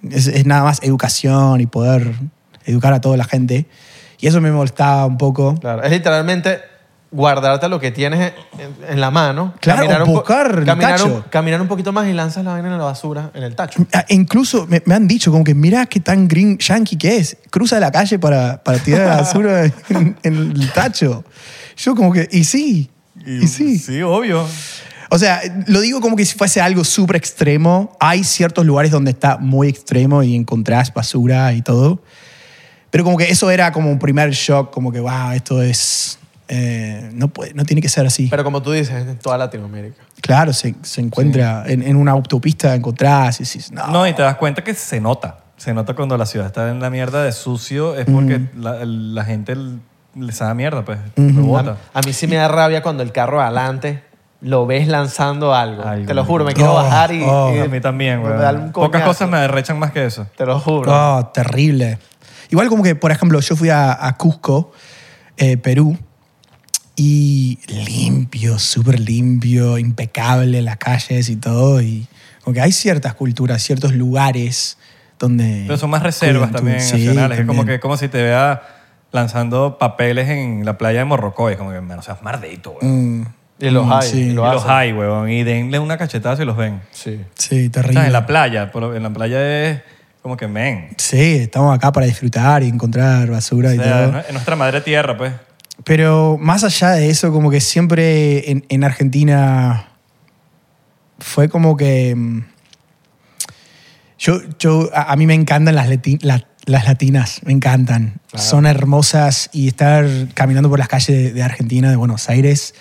Speaker 2: es, es nada más educación y poder educar a toda la gente. Y eso me molestaba un poco.
Speaker 3: Claro, es literalmente guardarte lo que tienes en, en- en la mano.
Speaker 2: Claro,
Speaker 3: caminar un po-
Speaker 2: buscar el
Speaker 3: caminar
Speaker 2: tacho.
Speaker 3: Un, caminar un poquito más y lanzas la vaina en la basura, en el tacho.
Speaker 2: Ah, Incluso me, me han dicho como que mirá qué tan green yankee que es. Cruza la calle para, para tirar la basura en, en el tacho. Yo como que, y sí, y, sí.
Speaker 1: Sí, obvio.
Speaker 2: O sea, lo digo como que si fuese algo súper extremo. Hay ciertos lugares donde está muy extremo y encontrás basura y todo. Pero como que eso era como un primer shock, como que, wow, esto es... eh, no, puede- no tiene que ser así.
Speaker 3: Pero como tú dices, es en toda Latinoamérica.
Speaker 2: claro, se, se encuentra en, en una autopista, encontrás y decís, no,
Speaker 1: No, y te das cuenta que se nota. Se nota cuando la ciudad está en la mierda de sucio es porque la, el- la gente l- les da mierda, pues. rebota.
Speaker 3: A mí sí me da rabia cuando el carro adelante lo ves lanzando algo.
Speaker 1: Ay,
Speaker 3: te lo
Speaker 1: güey.
Speaker 3: juro, me quiero
Speaker 2: Oh,
Speaker 3: bajar y,
Speaker 2: oh.
Speaker 3: y-
Speaker 1: A mí también,
Speaker 3: me da un
Speaker 1: güey. Pocas
Speaker 3: coñazo.
Speaker 1: cosas me derrechan más que eso.
Speaker 3: Te lo juro.
Speaker 2: Oh, terrible. Igual como que, por ejemplo, yo fui a, a Cusco, eh, Perú, y limpio, súper limpio, impecable las calles y todo. Y como que hay ciertas culturas, ciertos lugares donde...
Speaker 1: Pero son más reservas
Speaker 2: cuidan tu-
Speaker 1: también
Speaker 2: Sí,
Speaker 1: nacionales. Es como
Speaker 2: también.
Speaker 1: que como si te vea lanzando papeles en la playa de Morrocoy. Como que, man, o sea, mardito, weón.
Speaker 2: Mm.
Speaker 3: Y los
Speaker 2: Mm,
Speaker 3: hay,
Speaker 2: Sí,
Speaker 3: y
Speaker 1: Y
Speaker 3: lo-
Speaker 1: los
Speaker 3: hacen.
Speaker 1: hay, weón. Y denle una cachetada si los ven.
Speaker 3: Sí.
Speaker 2: sí,
Speaker 1: O
Speaker 2: terrible.
Speaker 1: sea, en la playa. por lo- En la playa es como que, men.
Speaker 2: Sí, estamos acá para disfrutar y encontrar basura
Speaker 1: O
Speaker 2: y
Speaker 1: sea,
Speaker 2: todo.
Speaker 1: ¿no? en nuestra madre tierra, pues.
Speaker 2: Pero más allá de eso, como que siempre en, en Argentina fue como que... mm, Yo, yo, a, a mí me encantan las, lati- la- las latinas, me encantan. Son hermosas y estar caminando por las calles de, de Argentina, de Buenos Aires,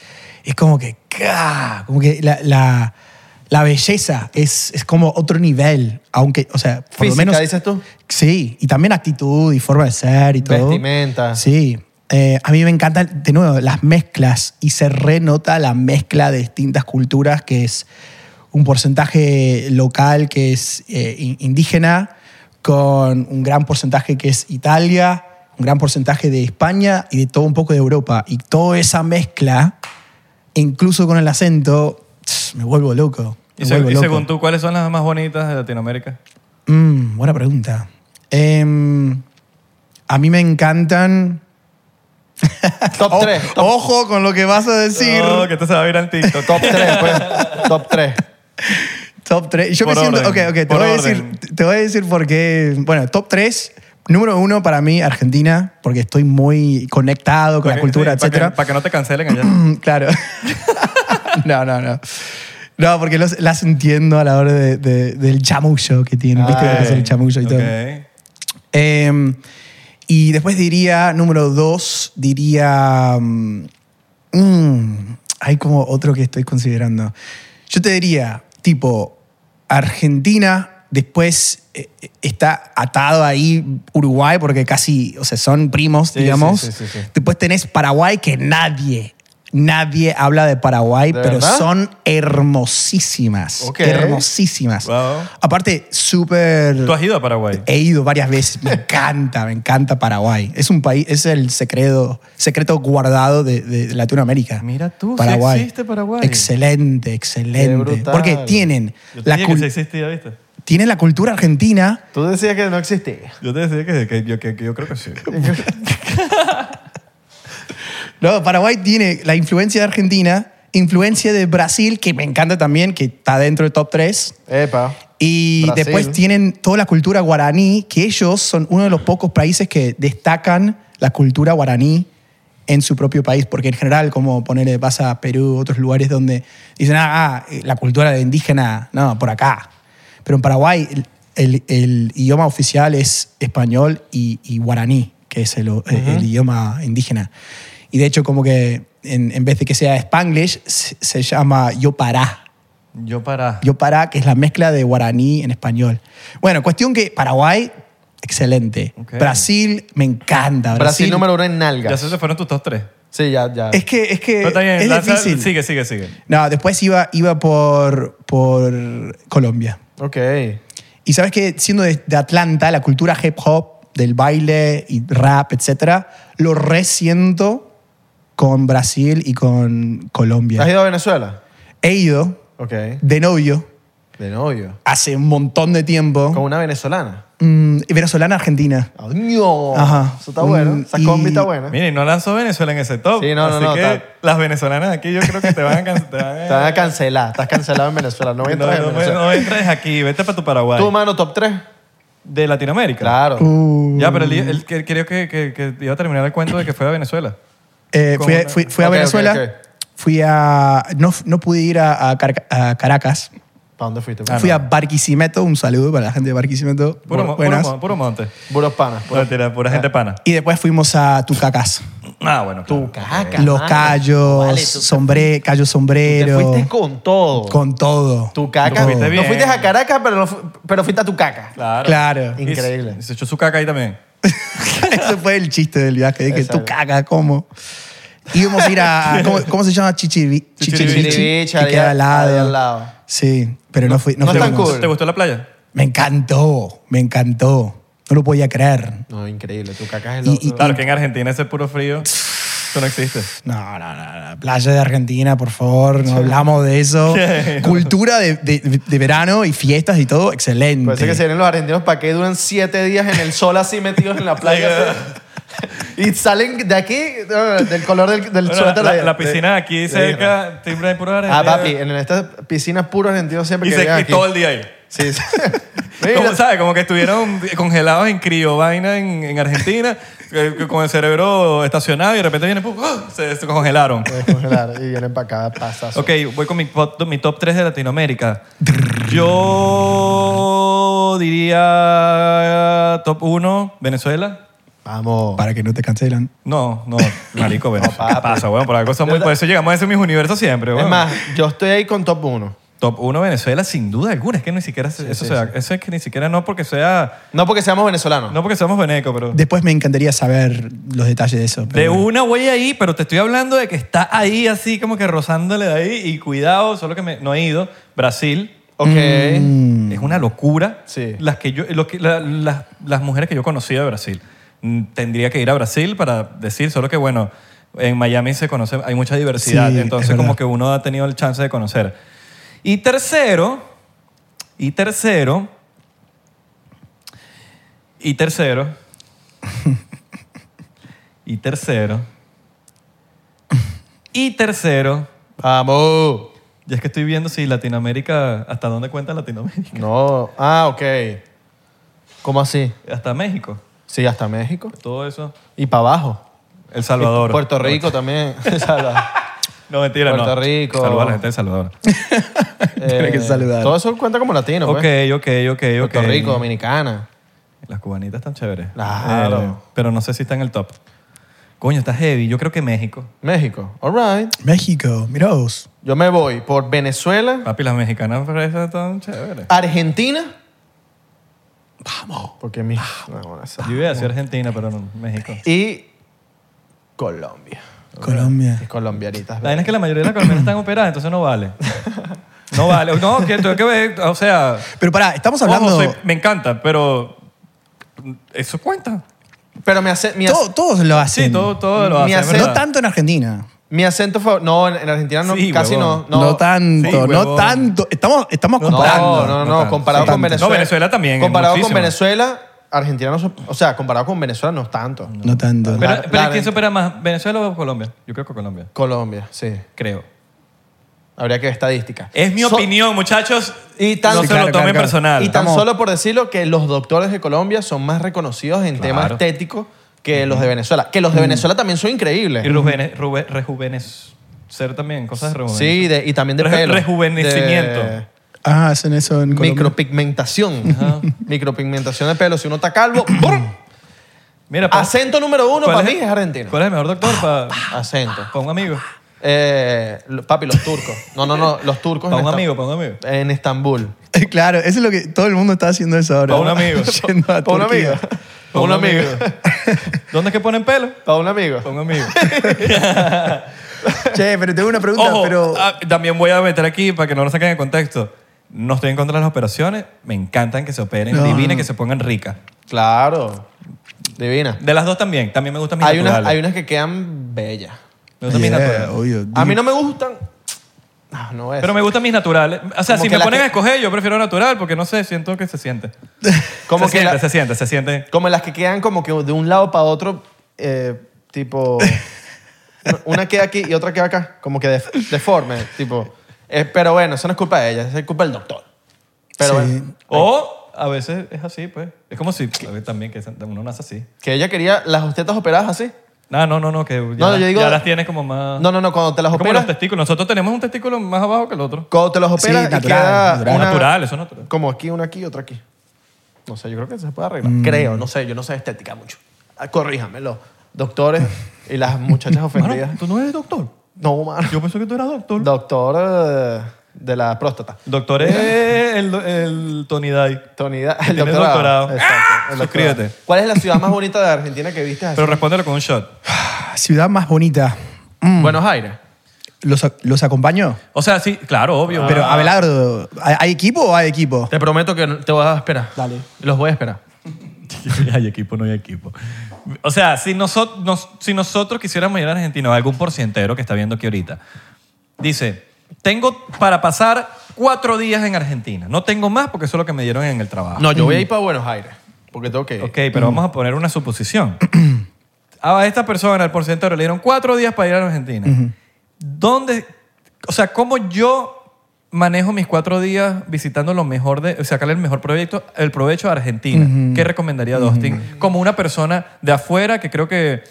Speaker 2: es como que... ¡ca! Como que la, la- la belleza es, es como otro nivel, aunque, o sea, por lo
Speaker 3: Física,
Speaker 2: menos...
Speaker 3: dices tú.
Speaker 2: Sí, y también actitud y forma de ser y todo.
Speaker 1: Ah.
Speaker 3: Vestimenta.
Speaker 2: Sí. Eh, a mí me encantan, de nuevo, las mezclas y se renota la mezcla de distintas culturas, que es un porcentaje local que es eh, in- indígena, con un gran porcentaje que es Italia, un gran porcentaje de España y de todo un poco de Europa. Y toda esa mezcla, incluso con el acento, tss, me vuelvo loco.
Speaker 1: Y,
Speaker 2: me
Speaker 1: se-
Speaker 2: vuelvo
Speaker 1: y
Speaker 2: loco.
Speaker 1: según tú, ¿cuáles son las más bonitas de Latinoamérica?
Speaker 2: Mm, buena pregunta. Em, a mí me encantan.
Speaker 3: Top
Speaker 2: O-
Speaker 3: 3. Top,
Speaker 2: Ojo con lo que vas a decir.
Speaker 1: Oh, que te se va a ir al TikTok.
Speaker 3: top 3, pues. Top 3.
Speaker 2: Top 3. Yo me
Speaker 1: Por
Speaker 2: siento.
Speaker 1: orden,
Speaker 2: ok, ok, te
Speaker 1: por
Speaker 2: voy, a
Speaker 1: orden.
Speaker 2: decir, te voy a decir por qué. Bueno, top 3. Número uno para mí, Argentina, porque estoy muy conectado con
Speaker 1: Para
Speaker 2: la
Speaker 1: que-
Speaker 2: cultura,
Speaker 1: sí, para que-
Speaker 2: etcétera.
Speaker 1: Para que no te cancelen allá.
Speaker 2: Mm, claro. no, no, no. No, porque los- las entiendo a la hora de- de- del chamullo que tienen. ¿Viste
Speaker 3: Ah,
Speaker 2: que es el chamullo y todo?
Speaker 1: Ok.
Speaker 2: Eh, y después diría, número dos, diría... mm, mm, hay como otro que estoy considerando. Yo te diría, tipo, Argentina, después eh, eh, está atado ahí Uruguay, porque casi, o sea, son primos,
Speaker 3: Sí,
Speaker 2: digamos.
Speaker 3: sí, sí, sí, sí.
Speaker 2: Después tenés Paraguay, que nadie, nadie habla de Paraguay,
Speaker 3: ¿De
Speaker 2: pero
Speaker 3: verdad?
Speaker 2: son hermosísimas.
Speaker 3: Ok.
Speaker 2: Hermosísimas.
Speaker 1: Wow.
Speaker 2: Aparte, súper...
Speaker 1: ¿Tú has ido a Paraguay?
Speaker 2: He ido varias veces. Me encanta, me encanta Paraguay. Es un país, es el secreto, secreto guardado de, de Latinoamérica.
Speaker 1: Mira tú, sí existe Paraguay.
Speaker 2: Excelente,
Speaker 3: Qué
Speaker 2: excelente.
Speaker 3: brutal.
Speaker 2: Porque tienen
Speaker 1: Yo te
Speaker 2: la,
Speaker 1: dije que
Speaker 2: cul-
Speaker 1: sí existía, ¿viste?
Speaker 2: tienen la cultura argentina.
Speaker 3: Tú decías que no existía.
Speaker 1: Yo te decía que, que yo, que- que yo creo que sí.
Speaker 2: No, Paraguay tiene la influencia de Argentina, influencia de Brasil, que me encanta también, que está dentro del top 3.
Speaker 3: Epa.
Speaker 2: Y
Speaker 3: Brasil.
Speaker 2: después tienen toda la cultura guaraní, que ellos son uno de los pocos países que destacan la cultura guaraní en su propio país, porque en general, como ponerle, vas a Perú, otros lugares donde dicen, ah, ah, eh, la cultura de indígena, no, por acá. Pero en Paraguay el, el- el idioma oficial es español y, y guaraní, que es el, o- el idioma indígena. Y de hecho, como que en, en vez de que sea spanglish, se, se llama yopará.
Speaker 1: Yo para.
Speaker 2: Yo para, que es la mezcla de guaraní en español. Bueno, cuestión que Paraguay, excelente.
Speaker 1: Ok.
Speaker 2: Brasil, me encanta.
Speaker 3: Brasil,
Speaker 2: Brasil,
Speaker 3: número uno en
Speaker 1: Ya
Speaker 3: nalgas.
Speaker 1: se te fueron tus dos tres.
Speaker 3: Sí, ya, ya.
Speaker 2: Es que es, que
Speaker 1: Pero está bien,
Speaker 2: es
Speaker 1: lanza-
Speaker 2: difícil.
Speaker 1: Sigue, sigue, sigue.
Speaker 2: No, después iba, iba por, por Colombia.
Speaker 3: Ok.
Speaker 2: Y sabes que siendo de, de Atlanta, la cultura hip hop, del baile y rap, etcétera, lo resiento con Brasil y con
Speaker 3: ¿Has
Speaker 2: Colombia.
Speaker 3: ido a Venezuela?
Speaker 2: He ido
Speaker 3: Ok.
Speaker 2: de novio
Speaker 3: De novio.
Speaker 2: hace un montón de tiempo.
Speaker 3: Con una venezolana.
Speaker 2: Mm, venezolana-argentina.
Speaker 3: Ah, ¡No!
Speaker 2: Ajá.
Speaker 3: Eso está bueno.
Speaker 2: Mm,
Speaker 3: Esa
Speaker 2: y-
Speaker 3: combi está buena.
Speaker 1: Mira, y no lanzó Venezuela en ese top.
Speaker 3: Sí, no, no,
Speaker 1: así
Speaker 3: no,
Speaker 1: que
Speaker 3: está-
Speaker 1: las venezolanas aquí yo creo que te van a cancelar.
Speaker 3: Te van a cancelar. Estás cancelado en Venezuela. No
Speaker 1: no,
Speaker 3: entras en
Speaker 1: no, no,
Speaker 3: Venezuela.
Speaker 1: no entres aquí, vete para tu Paraguay.
Speaker 3: ¿Tú, mano, top 3?
Speaker 1: ¿De Latinoamérica?
Speaker 3: Claro.
Speaker 2: Uh,
Speaker 1: Ya, pero él, él que- creo que, que- que iba a terminar el cuento de que fue a Venezuela.
Speaker 2: eh, fui, a-
Speaker 1: ¿Cómo?
Speaker 2: fui- fui a
Speaker 3: Ok, ok,
Speaker 2: Venezuela,
Speaker 3: ok.
Speaker 2: fui a... No, no pude ir a, a Car- a Caracas,
Speaker 3: ¿Para dónde fuiste?
Speaker 1: Ah,
Speaker 2: fui
Speaker 1: no.
Speaker 2: a Barquisimeto, un saludo para la gente de Barquisimeto.
Speaker 1: Puro,
Speaker 2: Bu-
Speaker 1: mo- puro,
Speaker 2: buenas.
Speaker 1: mo- puro monte.
Speaker 3: Buros panas. pues.
Speaker 1: Pura, tira, pura gente pana.
Speaker 2: Y después fuimos a Tucacas.
Speaker 1: Ah, bueno. claro.
Speaker 3: Caracas,
Speaker 2: Los
Speaker 3: mano.
Speaker 2: callos,
Speaker 3: Vale, tú-
Speaker 2: sombre, callo
Speaker 3: Te
Speaker 2: sombrero.
Speaker 3: fuiste con todo.
Speaker 2: con todo.
Speaker 3: tu caca.
Speaker 1: Te fuiste
Speaker 3: No
Speaker 1: bien.
Speaker 3: fuiste a Caracas, pero, no fu- pero fuiste a tu caca.
Speaker 1: Claro.
Speaker 2: Claro.
Speaker 1: Y se-
Speaker 3: Increíble.
Speaker 1: y se echó su caca ahí también.
Speaker 2: Ese fue el chiste del viaje, de que
Speaker 3: Exacto.
Speaker 2: tú cagas, ¿cómo? Íbamos a ir a... ¿Cómo, cómo se llama? Chichiribi-
Speaker 1: Chichiribichi,
Speaker 2: Chichiribichi. Que
Speaker 3: ahí
Speaker 2: queda
Speaker 3: al-
Speaker 2: al
Speaker 3: ahí
Speaker 2: lado.
Speaker 3: al lado.
Speaker 2: Sí, pero no, fui... No,
Speaker 3: no
Speaker 1: ¿Te
Speaker 3: es tan
Speaker 2: fuimos.
Speaker 1: gustó-
Speaker 3: cool.
Speaker 1: ¿Te gustó la playa?
Speaker 2: Me encantó, me encantó. No lo podía creer.
Speaker 3: No, increíble. Tu caca es
Speaker 2: Y-
Speaker 3: el
Speaker 2: y-
Speaker 3: otro.
Speaker 1: Claro, que en Argentina ese puro frío, eso no existe.
Speaker 2: No, no, no, no. Playa de Argentina, por favor, no hablamos de eso.
Speaker 1: Sí.
Speaker 2: Cultura de, de- de verano y fiestas y todo, excelente.
Speaker 3: Parece que se vienen los argentinos para que duran siete días en el sol así metidos en la playa. Y salen de aquí, eh, del color del, del
Speaker 1: Bueno,
Speaker 3: suéter.
Speaker 1: la,
Speaker 3: de-
Speaker 1: la piscina de aquí cerca, timbre de puro argentino.
Speaker 3: Ah, papi, en estas piscinas puro argentino siempre
Speaker 1: Y
Speaker 3: que
Speaker 1: se
Speaker 3: llegan
Speaker 1: y
Speaker 3: aquí.
Speaker 1: todo el día ahí.
Speaker 3: Sí, sí.
Speaker 1: Como,
Speaker 3: Mira,
Speaker 1: ¿Sabes? Como que estuvieron congelados en crío, vaina en, en Argentina, que- que con el cerebro estacionado y de repente viene, ¡pum! ¡ah! se, se congelaron.
Speaker 3: Voy a descongelar y vienen para acá, pasas.
Speaker 1: Ok, voy con mi, pop- mi top 3 de Latinoamérica. Yo diría top 1, Venezuela.
Speaker 3: Vamos.
Speaker 2: Para que no te cancelan.
Speaker 1: No, no, marico, Venezuela.
Speaker 3: papi.
Speaker 1: pasa, weón? Por, algo son muy, por eso llegamos a ese mismo universo siempre,
Speaker 3: Es
Speaker 1: weón.
Speaker 3: más, yo estoy ahí con top 1.
Speaker 1: Top 1 Venezuela, sin duda alguna. Es que ni siquiera se- eso
Speaker 3: sí,
Speaker 1: sea- Eso es que ni siquiera no porque sea.
Speaker 3: No porque seamos venezolanos.
Speaker 1: No porque seamos veneco, pero. De,
Speaker 2: Después me encantaría saber los detalles de eso. pero bueno.
Speaker 1: una voy ahí, pero te estoy hablando de que está ahí así como que rozándole de ahí. Y cuidado, solo que me- no he ido. Brasil.
Speaker 3: Ok.
Speaker 2: Mm.
Speaker 1: Es una locura.
Speaker 3: Sí.
Speaker 1: Las, que yo, lo que- la- las, las mujeres que yo conocía de Brasil. Mm, Tendría que ir a Brasil para decir, solo que bueno, en Miami se conoce, hay mucha diversidad.
Speaker 2: Sí, es
Speaker 1: entonces, como
Speaker 2: verdad.
Speaker 1: que uno ha tenido el chance de conocer. Y tercero, y tercero, y tercero, y tercero, y tercero,
Speaker 3: Vamos.
Speaker 1: y es que estoy viendo si Latinoamérica, hasta dónde cuenta Latinoamérica.
Speaker 3: No. Ah, ok. ¿Cómo así?
Speaker 1: Hasta México.
Speaker 3: Sí, hasta México.
Speaker 1: Todo eso.
Speaker 3: Y para abajo.
Speaker 1: El Salvador.
Speaker 3: Puerto Rico también. Salvador.
Speaker 1: No, mentira, no.
Speaker 3: Puerto Rico.
Speaker 1: Saludar a la gente del Salvador.
Speaker 2: Tiene que saludar.
Speaker 3: eh, Todo eso cuenta como latino,
Speaker 1: ok,
Speaker 3: pues.
Speaker 1: ok, ok, ok.
Speaker 3: Puerto Rico, Dominicana.
Speaker 1: Las cubanitas están chéveres. Eh,
Speaker 3: Claro.
Speaker 1: pero no sé si está en el top. Coño, está heavy. Yo creo que México.
Speaker 3: México. All right.
Speaker 2: México, mirá vos.
Speaker 3: Yo me voy por Venezuela,
Speaker 1: Papi, las mexicanas fresas están chéveres.
Speaker 3: Argentina.
Speaker 2: Vamos.
Speaker 3: Porque mi... no, bueno, eso.
Speaker 1: Yo iba a decir Argentina, pero no, México.
Speaker 3: Y Colombia.
Speaker 2: Colombia.
Speaker 3: Mis colombianitas.
Speaker 1: La vaina es que la mayoría de las colombianas están operadas, entonces no vale. No vale. No, que tengo que ver, o sea...
Speaker 2: Pero pará, estamos
Speaker 1: ojo,
Speaker 2: hablando...
Speaker 1: soy- me encanta, pero... Eso cuenta.
Speaker 3: Pero mi, ace- mi, ac-
Speaker 2: Todo- todos lo hacen.
Speaker 1: Sí, todo, todo lo
Speaker 3: Mi
Speaker 1: hace,
Speaker 3: acento
Speaker 1: ¿verdad?
Speaker 2: No tanto en Argentina.
Speaker 3: mi acento favor- No, en en Argentina no,
Speaker 1: Sí,
Speaker 3: casi
Speaker 1: huevón.
Speaker 3: no,
Speaker 2: No,
Speaker 3: no.
Speaker 2: tanto,
Speaker 1: Sí,
Speaker 2: no
Speaker 1: huevón.
Speaker 2: tanto. Estamos, estamos
Speaker 1: No,
Speaker 2: comparando.
Speaker 3: No, no,
Speaker 1: no
Speaker 3: no.
Speaker 1: tanto,
Speaker 3: comparado
Speaker 1: sí,
Speaker 3: con
Speaker 1: tanto.
Speaker 3: Venezuela.
Speaker 1: No, Venezuela también,
Speaker 3: Comparado con
Speaker 1: muchísimo.
Speaker 3: Venezuela, Argentina no. so- O sea, comparado con Venezuela no es tanto.
Speaker 2: No tanto.
Speaker 1: Pero,
Speaker 3: La-
Speaker 1: pero
Speaker 3: la-
Speaker 1: ¿quién se opera más? ¿Venezuela o Colombia? Yo creo que Colombia.
Speaker 3: Colombia, sí.
Speaker 1: Creo.
Speaker 3: Habría que ver estadística.
Speaker 1: Es mi
Speaker 3: So-
Speaker 1: opinión, muchachos.
Speaker 3: Y tan-
Speaker 1: no
Speaker 3: Sí,
Speaker 1: se
Speaker 2: claro,
Speaker 1: lo
Speaker 2: claro,
Speaker 1: tomen
Speaker 2: claro.
Speaker 1: personal.
Speaker 3: Y tan
Speaker 2: Estamos-
Speaker 3: solo por decirlo que los doctores de Colombia son más reconocidos en temas
Speaker 1: Claro.
Speaker 3: estéticos que los de Venezuela. Que los de Venezuela también son increíbles.
Speaker 1: Y ruvene- ruve- rejuvenecer también, cosas de rejuvenecer.
Speaker 3: Sí, de- y también de
Speaker 1: Reju-
Speaker 3: pelo.
Speaker 1: rejuvenecimiento.
Speaker 3: de
Speaker 2: Ah, hacen eso en Colombia.
Speaker 3: micropigmentación. micropigmentación de pelo. Si uno está calvo, ¡brum!
Speaker 1: Mira, pon-
Speaker 3: acento número uno
Speaker 1: ¿cuál
Speaker 3: para mí es argentino.
Speaker 1: ¿Cuál es el mejor doctor para
Speaker 3: Ah, Acento.
Speaker 1: un amigo?
Speaker 3: Eh, lo- papi, los turcos. No, no, no, los turcos.
Speaker 1: Para
Speaker 3: en
Speaker 1: un
Speaker 3: Estam-
Speaker 1: amigo, para un amigo.
Speaker 3: En Estambul.
Speaker 2: Claro, eso es lo que todo el mundo está haciendo eso ahora.
Speaker 1: Pa' un amigo.
Speaker 2: Yendo a
Speaker 3: Pa' un
Speaker 2: Turquía.
Speaker 3: amigo. Pa' un amigo.
Speaker 1: ¿Dónde es que ponen pelo?
Speaker 3: Para un amigo.
Speaker 1: Para un amigo.
Speaker 2: Che, pero tengo una pregunta,
Speaker 1: Ojo,
Speaker 2: pero...
Speaker 1: ah, también voy a meter aquí para que no lo saquen de contexto. No estoy en contra de las operaciones. Me encantan que se operen
Speaker 2: No,
Speaker 1: divinas,
Speaker 2: no.
Speaker 1: que se pongan ricas.
Speaker 3: Claro. Divina.
Speaker 1: De las dos también. También me gustan mis
Speaker 3: Hay unas,
Speaker 1: naturales.
Speaker 3: hay unas que quedan bellas.
Speaker 1: Me gustan mis
Speaker 2: Yeah,
Speaker 1: naturales.
Speaker 2: obvio.
Speaker 3: A mí no me gustan. No, no es.
Speaker 1: Pero me gustan mis naturales. O sea,
Speaker 3: Como
Speaker 1: si
Speaker 3: que
Speaker 1: me
Speaker 3: la
Speaker 1: ponen
Speaker 3: que-
Speaker 1: a escoger, yo prefiero natural porque no sé, siento que se siente.
Speaker 3: como
Speaker 1: se
Speaker 3: que
Speaker 1: siente,
Speaker 3: la-
Speaker 1: se siente, se siente.
Speaker 3: como las que quedan como que de un lado para otro, eh, tipo. una queda aquí y otra queda acá, como que def- deforme, tipo. Eh, pero bueno, eso no es culpa de ella, eso es culpa del doctor. Pero
Speaker 2: Sí.
Speaker 3: bueno,
Speaker 1: O a veces es así, pues. Es como si a ver, también que uno nace así. Ah,
Speaker 3: que ella quería las tetas operadas así.
Speaker 1: No, no, no, no, que ya,
Speaker 3: No, yo digo-
Speaker 1: ya las tienes como más...
Speaker 3: No, no, no, cuando te las
Speaker 1: Es como los
Speaker 3: operas.
Speaker 1: testículos. Nosotros tenemos un testículo más abajo que el otro.
Speaker 3: Cuando te las
Speaker 2: Sí,
Speaker 3: operas, y
Speaker 2: natural,
Speaker 3: queda
Speaker 2: natural.
Speaker 3: una-
Speaker 1: Natural, eso es natural.
Speaker 3: Como aquí, una aquí y otra aquí. No sé, yo creo que se puede
Speaker 1: Mm.
Speaker 3: arreglar. Creo, no sé, yo no sé de estética mucho. Ah, Corríjame, los doctores y las muchachas ofendidas.
Speaker 1: Mano, tú no eres doctor.
Speaker 3: No, mano.
Speaker 1: Yo pensé que tú eras doctor.
Speaker 3: Doctor eh, de la próstata.
Speaker 1: Doctor es el, el Tony Day.
Speaker 3: Tony Da- el
Speaker 1: Tiene
Speaker 3: doctorado.
Speaker 1: doctorado. Ah,
Speaker 3: Exacto, el doctorado.
Speaker 1: Suscríbete.
Speaker 3: ¿Cuál es la ciudad más bonita de Argentina que viste? así?
Speaker 1: Pero respóndelo con un shot.
Speaker 2: Ah, Ciudad más bonita.
Speaker 1: mm.
Speaker 3: Buenos Aires.
Speaker 2: ¿Los, los acompaño?
Speaker 1: O sea, sí, claro, obvio.
Speaker 2: Pero,
Speaker 3: Ah.
Speaker 2: Abelardo, ¿hay, hay equipo o hay equipo?
Speaker 3: Te prometo que te voy a esperar.
Speaker 2: Dale.
Speaker 3: Los voy a esperar.
Speaker 1: hay equipo, no hay equipo. O sea, si, noso- nos- si nosotros quisiéramos ir a Argentina, algún porcientero que está viendo aquí ahorita, dice, tengo para pasar cuatro días en Argentina. No tengo más porque eso es lo que me dieron en el trabajo.
Speaker 3: No, yo voy a ir para Buenos Aires. Porque tengo que ir.
Speaker 1: Ok, pero vamos a poner una suposición. a esta persona, al porcentario, le dieron cuatro días para ir a la Argentina. ¿Dónde, o sea, cómo yo manejo mis cuatro días visitando lo mejor de, sacarle el mejor proyecto, el provecho a Argentina? ¿Qué recomendaría a Dostin? Como una persona de afuera que creo que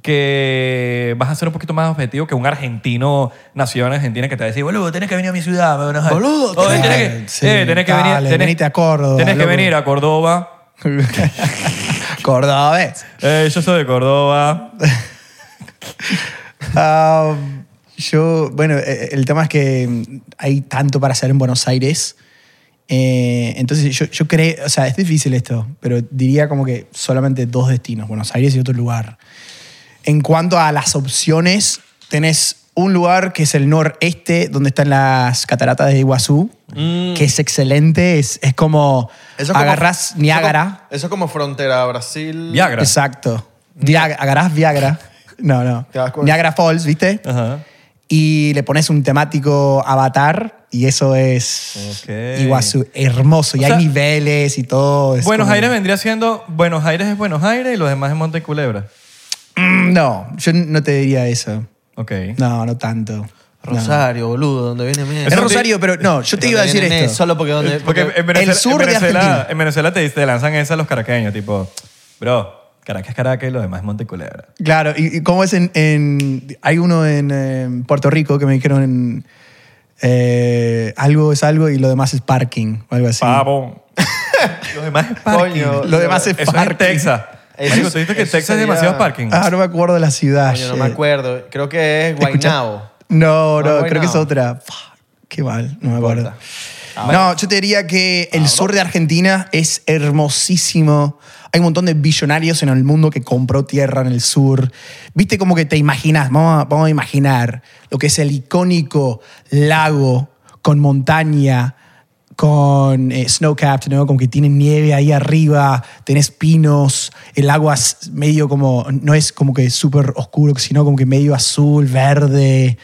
Speaker 1: que vas a ser un poquito más objetivo que un argentino nacido en Argentina que te va a decir, boludo, tienes que venir a mi ciudad. Buenos Aires".
Speaker 2: Boludo,
Speaker 1: Oye,
Speaker 2: claro,
Speaker 1: tienes que,
Speaker 2: sí,
Speaker 1: eh, tenés que venir,
Speaker 2: dale,
Speaker 1: tenés-
Speaker 2: venite a Córdoba,
Speaker 1: Tienes que
Speaker 2: loco.
Speaker 1: venir a Córdoba.
Speaker 2: Cordobés.
Speaker 1: Eh, yo soy de Córdoba.
Speaker 2: Ah, yo, bueno, eh, el tema es que mm, hay tanto para hacer en Buenos Aires. Eh, entonces, yo, yo creo, o sea, es difícil esto, pero diría como que solamente dos destinos, Buenos Aires y otro lugar. En cuanto a las opciones, tenés un lugar que es el noreste, donde están las cataratas de Iguazú, que es excelente, es, es como
Speaker 3: Eso es como-
Speaker 2: agarras
Speaker 3: eso
Speaker 2: Niágara.
Speaker 3: como- Eso es como frontera Brasil.
Speaker 1: Viagra.
Speaker 2: Exacto. Viagra- agarrás Viagra. No, no.
Speaker 3: Te das cuenta.
Speaker 2: Viagra Falls, ¿viste?
Speaker 1: Ajá.
Speaker 2: Y le pones un temático avatar y eso es
Speaker 1: Ok.
Speaker 2: Iguazú. Hermoso. Y
Speaker 1: O
Speaker 2: hay
Speaker 1: sea,
Speaker 2: niveles y todo. es
Speaker 1: Buenos
Speaker 2: como-
Speaker 1: Aires vendría siendo Buenos Aires es Buenos Aires y los demás es Monte y Culebra.
Speaker 2: Mm, No, yo no te diría eso.
Speaker 1: Ok.
Speaker 2: No, no tanto. No.
Speaker 3: Rosario, boludo, donde viene
Speaker 2: Es
Speaker 1: Eso te-
Speaker 2: Rosario, pero no, yo te iba a decir esto.
Speaker 3: Solo porque donde.
Speaker 1: Eh, Porque en Venezuela,
Speaker 2: sur
Speaker 1: en
Speaker 2: de
Speaker 1: Venezuela-
Speaker 2: Argentina.
Speaker 1: en Venezuela te, te lanzan esas los caraqueños, tipo, bro, Caracas es Caracas y los demás es Monte y Culebra.
Speaker 2: Claro, y, y cómo es en, en- Hay uno en eh, Puerto Rico que me dijeron en, eh, algo es algo y lo demás es parking o algo así.
Speaker 1: Pavo. los demás es parking.
Speaker 3: Coño,
Speaker 2: Lo demás es
Speaker 1: Eso es
Speaker 2: parking.
Speaker 1: en Texas.
Speaker 3: Eso
Speaker 1: Marico,
Speaker 3: es-
Speaker 1: tú dijiste que
Speaker 3: eso
Speaker 1: Texas es
Speaker 3: sería-
Speaker 1: demasiado parking.
Speaker 2: Ah, no me acuerdo de la ciudad.
Speaker 3: Coño, no me
Speaker 2: shit.
Speaker 3: acuerdo. Creo que es
Speaker 2: Escucha-
Speaker 3: Guaynabo. No,
Speaker 2: No, no,
Speaker 3: Guaynabo.
Speaker 2: creo que es otra. Fuck, Qué mal, no me acuerdo.
Speaker 3: importa.
Speaker 2: No, yo te diría que el sur de Argentina es hermosísimo. Hay un montón de billonarios en el mundo que compró tierra en el sur. Viste como que te imaginas, vamos a, vamos a imaginar lo que es el icónico lago con montaña, con eh, snow capped, ¿no? Como que tiene nieve ahí arriba, tenés pinos, el agua es medio como, no es como que súper oscuro, sino como que medio azul, verde.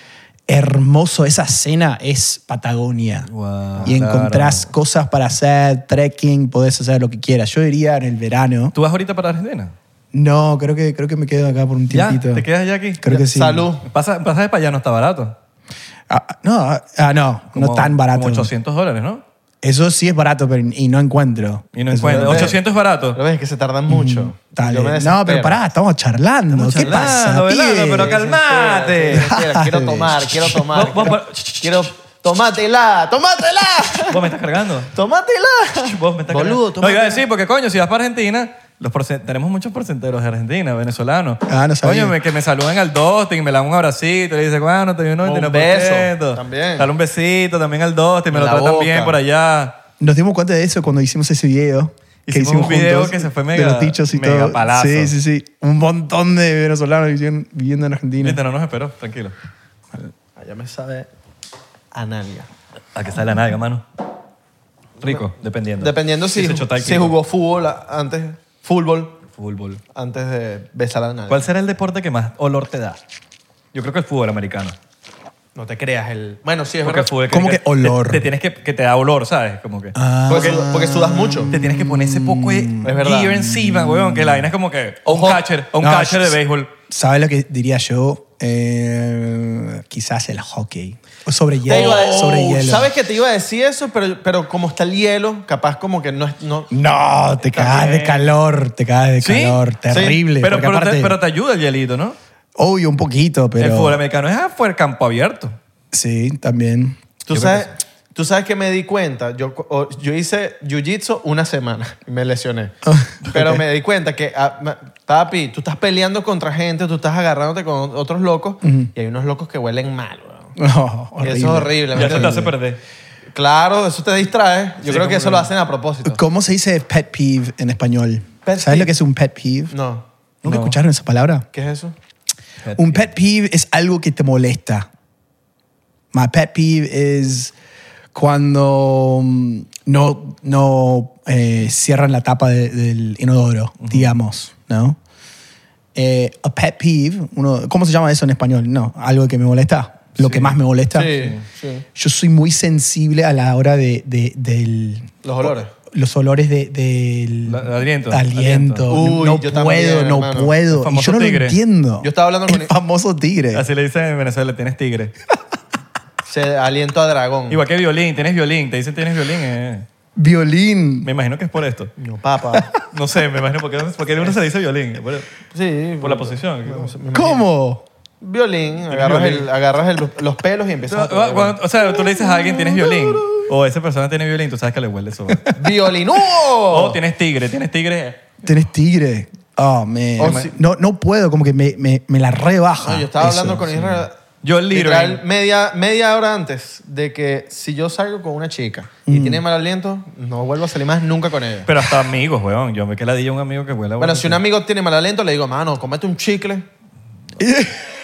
Speaker 2: Hermoso, esa cena es Patagonia
Speaker 1: Wow,
Speaker 2: y
Speaker 1: claro.
Speaker 2: encontrás cosas para hacer, trekking, podés hacer lo que quieras. Yo diría en el verano.
Speaker 1: ¿Tú vas ahorita para Argentina?
Speaker 2: No, creo que, creo que me quedo acá por un
Speaker 1: ¿Ya?
Speaker 2: tiempito.
Speaker 1: ¿Te quedas ya aquí?
Speaker 2: Creo que sí.
Speaker 3: Salud.
Speaker 1: Pasa, pasaje para allá no está barato.
Speaker 2: Ah, ah, no, ah, ah, no, no
Speaker 1: Como-
Speaker 2: tan barato.
Speaker 1: Como 800 dólares, ¿no?
Speaker 2: Eso sí es barato, pero y no encuentro.
Speaker 1: Y no
Speaker 2: Eso-
Speaker 1: encuentro.
Speaker 3: verdad.
Speaker 1: 800 es barato.
Speaker 3: Lo ves que se tardan mucho.
Speaker 2: Tal-
Speaker 3: Yo me
Speaker 2: Mm, no, pero
Speaker 3: desespero.
Speaker 2: pará, estamos charlando. ¿Qué
Speaker 1: charlando,
Speaker 2: pasa?
Speaker 1: velando,
Speaker 2: pibe?
Speaker 1: pero acá- Calmate.
Speaker 3: Sí, sí, sí, sí, Quiero tomar, quiero tomar.
Speaker 1: Vos- vos
Speaker 3: quiero-
Speaker 1: pa-
Speaker 3: Quiero. ¡Tomátela! ¡Tomátela!
Speaker 1: Vos me estás cargando.
Speaker 3: ¡Tomátela!
Speaker 1: Vos me estás
Speaker 3: Boludo,
Speaker 1: cargando. No, iba a
Speaker 3: tomátela.
Speaker 1: decir, porque coño, si vas para Argentina, los porcen- tenemos muchos porcenteros de Argentina, venezolanos.
Speaker 2: Ah, no sabía.
Speaker 1: Coño, me- que me saludan al Dostin, me dan un abracito, le dicen, bueno, te doy un 99%.
Speaker 3: beso, también.
Speaker 1: Dale un besito también al Dostin, me
Speaker 3: En
Speaker 1: lo
Speaker 3: la
Speaker 1: tratan
Speaker 3: boca.
Speaker 1: bien por allá.
Speaker 2: Nos dimos cuenta de eso cuando hicimos ese video. que
Speaker 1: Hicimos
Speaker 2: hicimos
Speaker 1: un video
Speaker 2: juntos
Speaker 1: que se fue
Speaker 2: De
Speaker 1: mega-
Speaker 2: los dichos y
Speaker 1: mega
Speaker 2: todo.
Speaker 1: palazo.
Speaker 2: Sí, sí, sí. Un montón de venezolanos viviendo viviendo en Argentina.
Speaker 1: Viste, no nos esperó, tranquilo.
Speaker 3: Ah, Ya me sabe a nalga.
Speaker 1: A que sale la nalga, mano. Rico, dependiendo.
Speaker 3: Dependiendo si,
Speaker 1: se chota el
Speaker 3: si
Speaker 1: kilo.
Speaker 3: jugó fútbol a- antes, fútbol
Speaker 1: Fútbol.
Speaker 3: antes de besar a la nalga.
Speaker 1: ¿Cuál será el deporte que más olor te da? Yo creo que el fútbol americano.
Speaker 3: No te creas el. Bueno, sí, es
Speaker 1: Porque
Speaker 3: verdad.
Speaker 1: el fútbol
Speaker 2: ¿Cómo
Speaker 1: creo
Speaker 2: que olor?
Speaker 1: Te, te tienes que, que te da olor, ¿sabes? Como que.
Speaker 2: Ah.
Speaker 3: Porque, su- porque sudas mucho.
Speaker 1: Te tienes que poner ese poco de
Speaker 3: verdad.
Speaker 1: gear encima, weón, que la vaina es como que o un
Speaker 3: Ojo.
Speaker 1: catcher, o un
Speaker 2: Oh, No,
Speaker 1: catcher de
Speaker 2: s-
Speaker 1: béisbol.
Speaker 2: ¿Sabes lo que diría yo? Eh, quizás el hockey. O sobre
Speaker 3: Te
Speaker 2: hielo.
Speaker 3: iba a-
Speaker 2: sobre
Speaker 3: Oh,
Speaker 2: hielo.
Speaker 3: ¿Sabes que te iba a decir eso? Pero, pero como está el hielo, capaz como que no es. No,
Speaker 2: No, te cagas de calor, te cagas de
Speaker 1: ¿Sí?
Speaker 2: calor, terrible.
Speaker 1: Pero,
Speaker 2: porque
Speaker 1: pero,
Speaker 2: aparte,
Speaker 1: te, pero te ayuda el hielito, ¿no?
Speaker 2: obvio, un poquito, pero.
Speaker 1: El fútbol americano es afuera, campo abierto.
Speaker 2: Sí, también.
Speaker 3: ¿Tú
Speaker 1: Yo creo
Speaker 3: sabes, tú sabes que me di cuenta. Yo, cu- o- yo hice jiu-jitsu una semana y me lesioné. Pero me di cuenta que, ah, ma- papi, tú estás peleando contra gente, tú estás agarrándote con otros locos y hay unos locos que huelen mal, weón.
Speaker 2: No,
Speaker 3: Y
Speaker 2: Oh, horrible.
Speaker 3: eso es horrible. ¿me
Speaker 1: Ya se te
Speaker 3: entiendes?
Speaker 1: hace perder.
Speaker 3: Claro, eso te distrae. Yo creo que eso lo hacen a propósito.
Speaker 2: ¿Cómo se dice pet peeve en español?
Speaker 3: Pet
Speaker 2: ¿Sabes
Speaker 3: peeve.
Speaker 2: lo que es un pet peeve?
Speaker 3: No.
Speaker 2: ¿Nunca
Speaker 1: No.
Speaker 2: escucharon esa palabra?
Speaker 3: ¿Qué es eso?
Speaker 2: Un pet peeve es algo que te molesta. My pet peeve es cuando mm, no, no eh, cierran la tapa de- del inodoro, digamos, ¿no? Eh, a pet peeve, uno, ¿cómo se llama eso en español? No, algo que me molesta, lo que más me molesta.
Speaker 3: Sí, sí.
Speaker 2: Yo soy muy sensible a la hora de, de- del...
Speaker 3: Los olores.
Speaker 2: los olores de- del
Speaker 1: La- aliento,
Speaker 2: aliento.
Speaker 1: aliento.
Speaker 2: No-
Speaker 3: Uy,
Speaker 2: no
Speaker 3: yo
Speaker 2: puedo,
Speaker 3: también,
Speaker 2: no
Speaker 3: hermano.
Speaker 1: El
Speaker 2: puedo. Y
Speaker 1: famoso
Speaker 2: yo no lo
Speaker 1: tigre.
Speaker 2: entiendo.
Speaker 3: Yo estaba hablando con-
Speaker 2: El famoso tigre.
Speaker 1: Así le dicen en Venezuela, tienes tigre.
Speaker 3: Se aliento a dragón.
Speaker 1: Igual que violín, tienes violín, te dicen tienes violín. eh.
Speaker 2: Violín.
Speaker 1: Me imagino que es por esto.
Speaker 3: No, papa.
Speaker 1: No sé, me imagino porque, porque uno se le dice violín. Por,
Speaker 3: Sí.
Speaker 1: por la posición. ¿Cómo se-
Speaker 2: ¿Cómo?
Speaker 3: Violín. Agarras,
Speaker 1: violín.
Speaker 3: el- agarras el- los pelos y empiezas a tocar.
Speaker 1: Cuando- cuando- Ah, o sea, tú le dices a alguien tienes violín o esa persona tiene violín, tú sabes que le huele eso.
Speaker 3: ¡Violín! Oh.
Speaker 1: O tienes tigre, tienes tigre.
Speaker 2: Tenés tigre. Oh, man.
Speaker 3: Oh, sí.
Speaker 2: no, no puedo, como que me, me- me la rebaja.
Speaker 3: No, yo estaba
Speaker 2: eso.
Speaker 3: hablando con Israel.
Speaker 1: Yo
Speaker 3: literal,
Speaker 1: literal.
Speaker 3: media, media hora antes de que si yo salgo con una chica y tiene mal aliento, no vuelvo a salir más nunca con ella.
Speaker 1: Mm. Pero hasta amigos, weón. Yo me que la di a un amigo que huele a
Speaker 3: bueno, si un
Speaker 1: huele.
Speaker 3: amigo tiene mal aliento, le digo, mano, comete un chicle.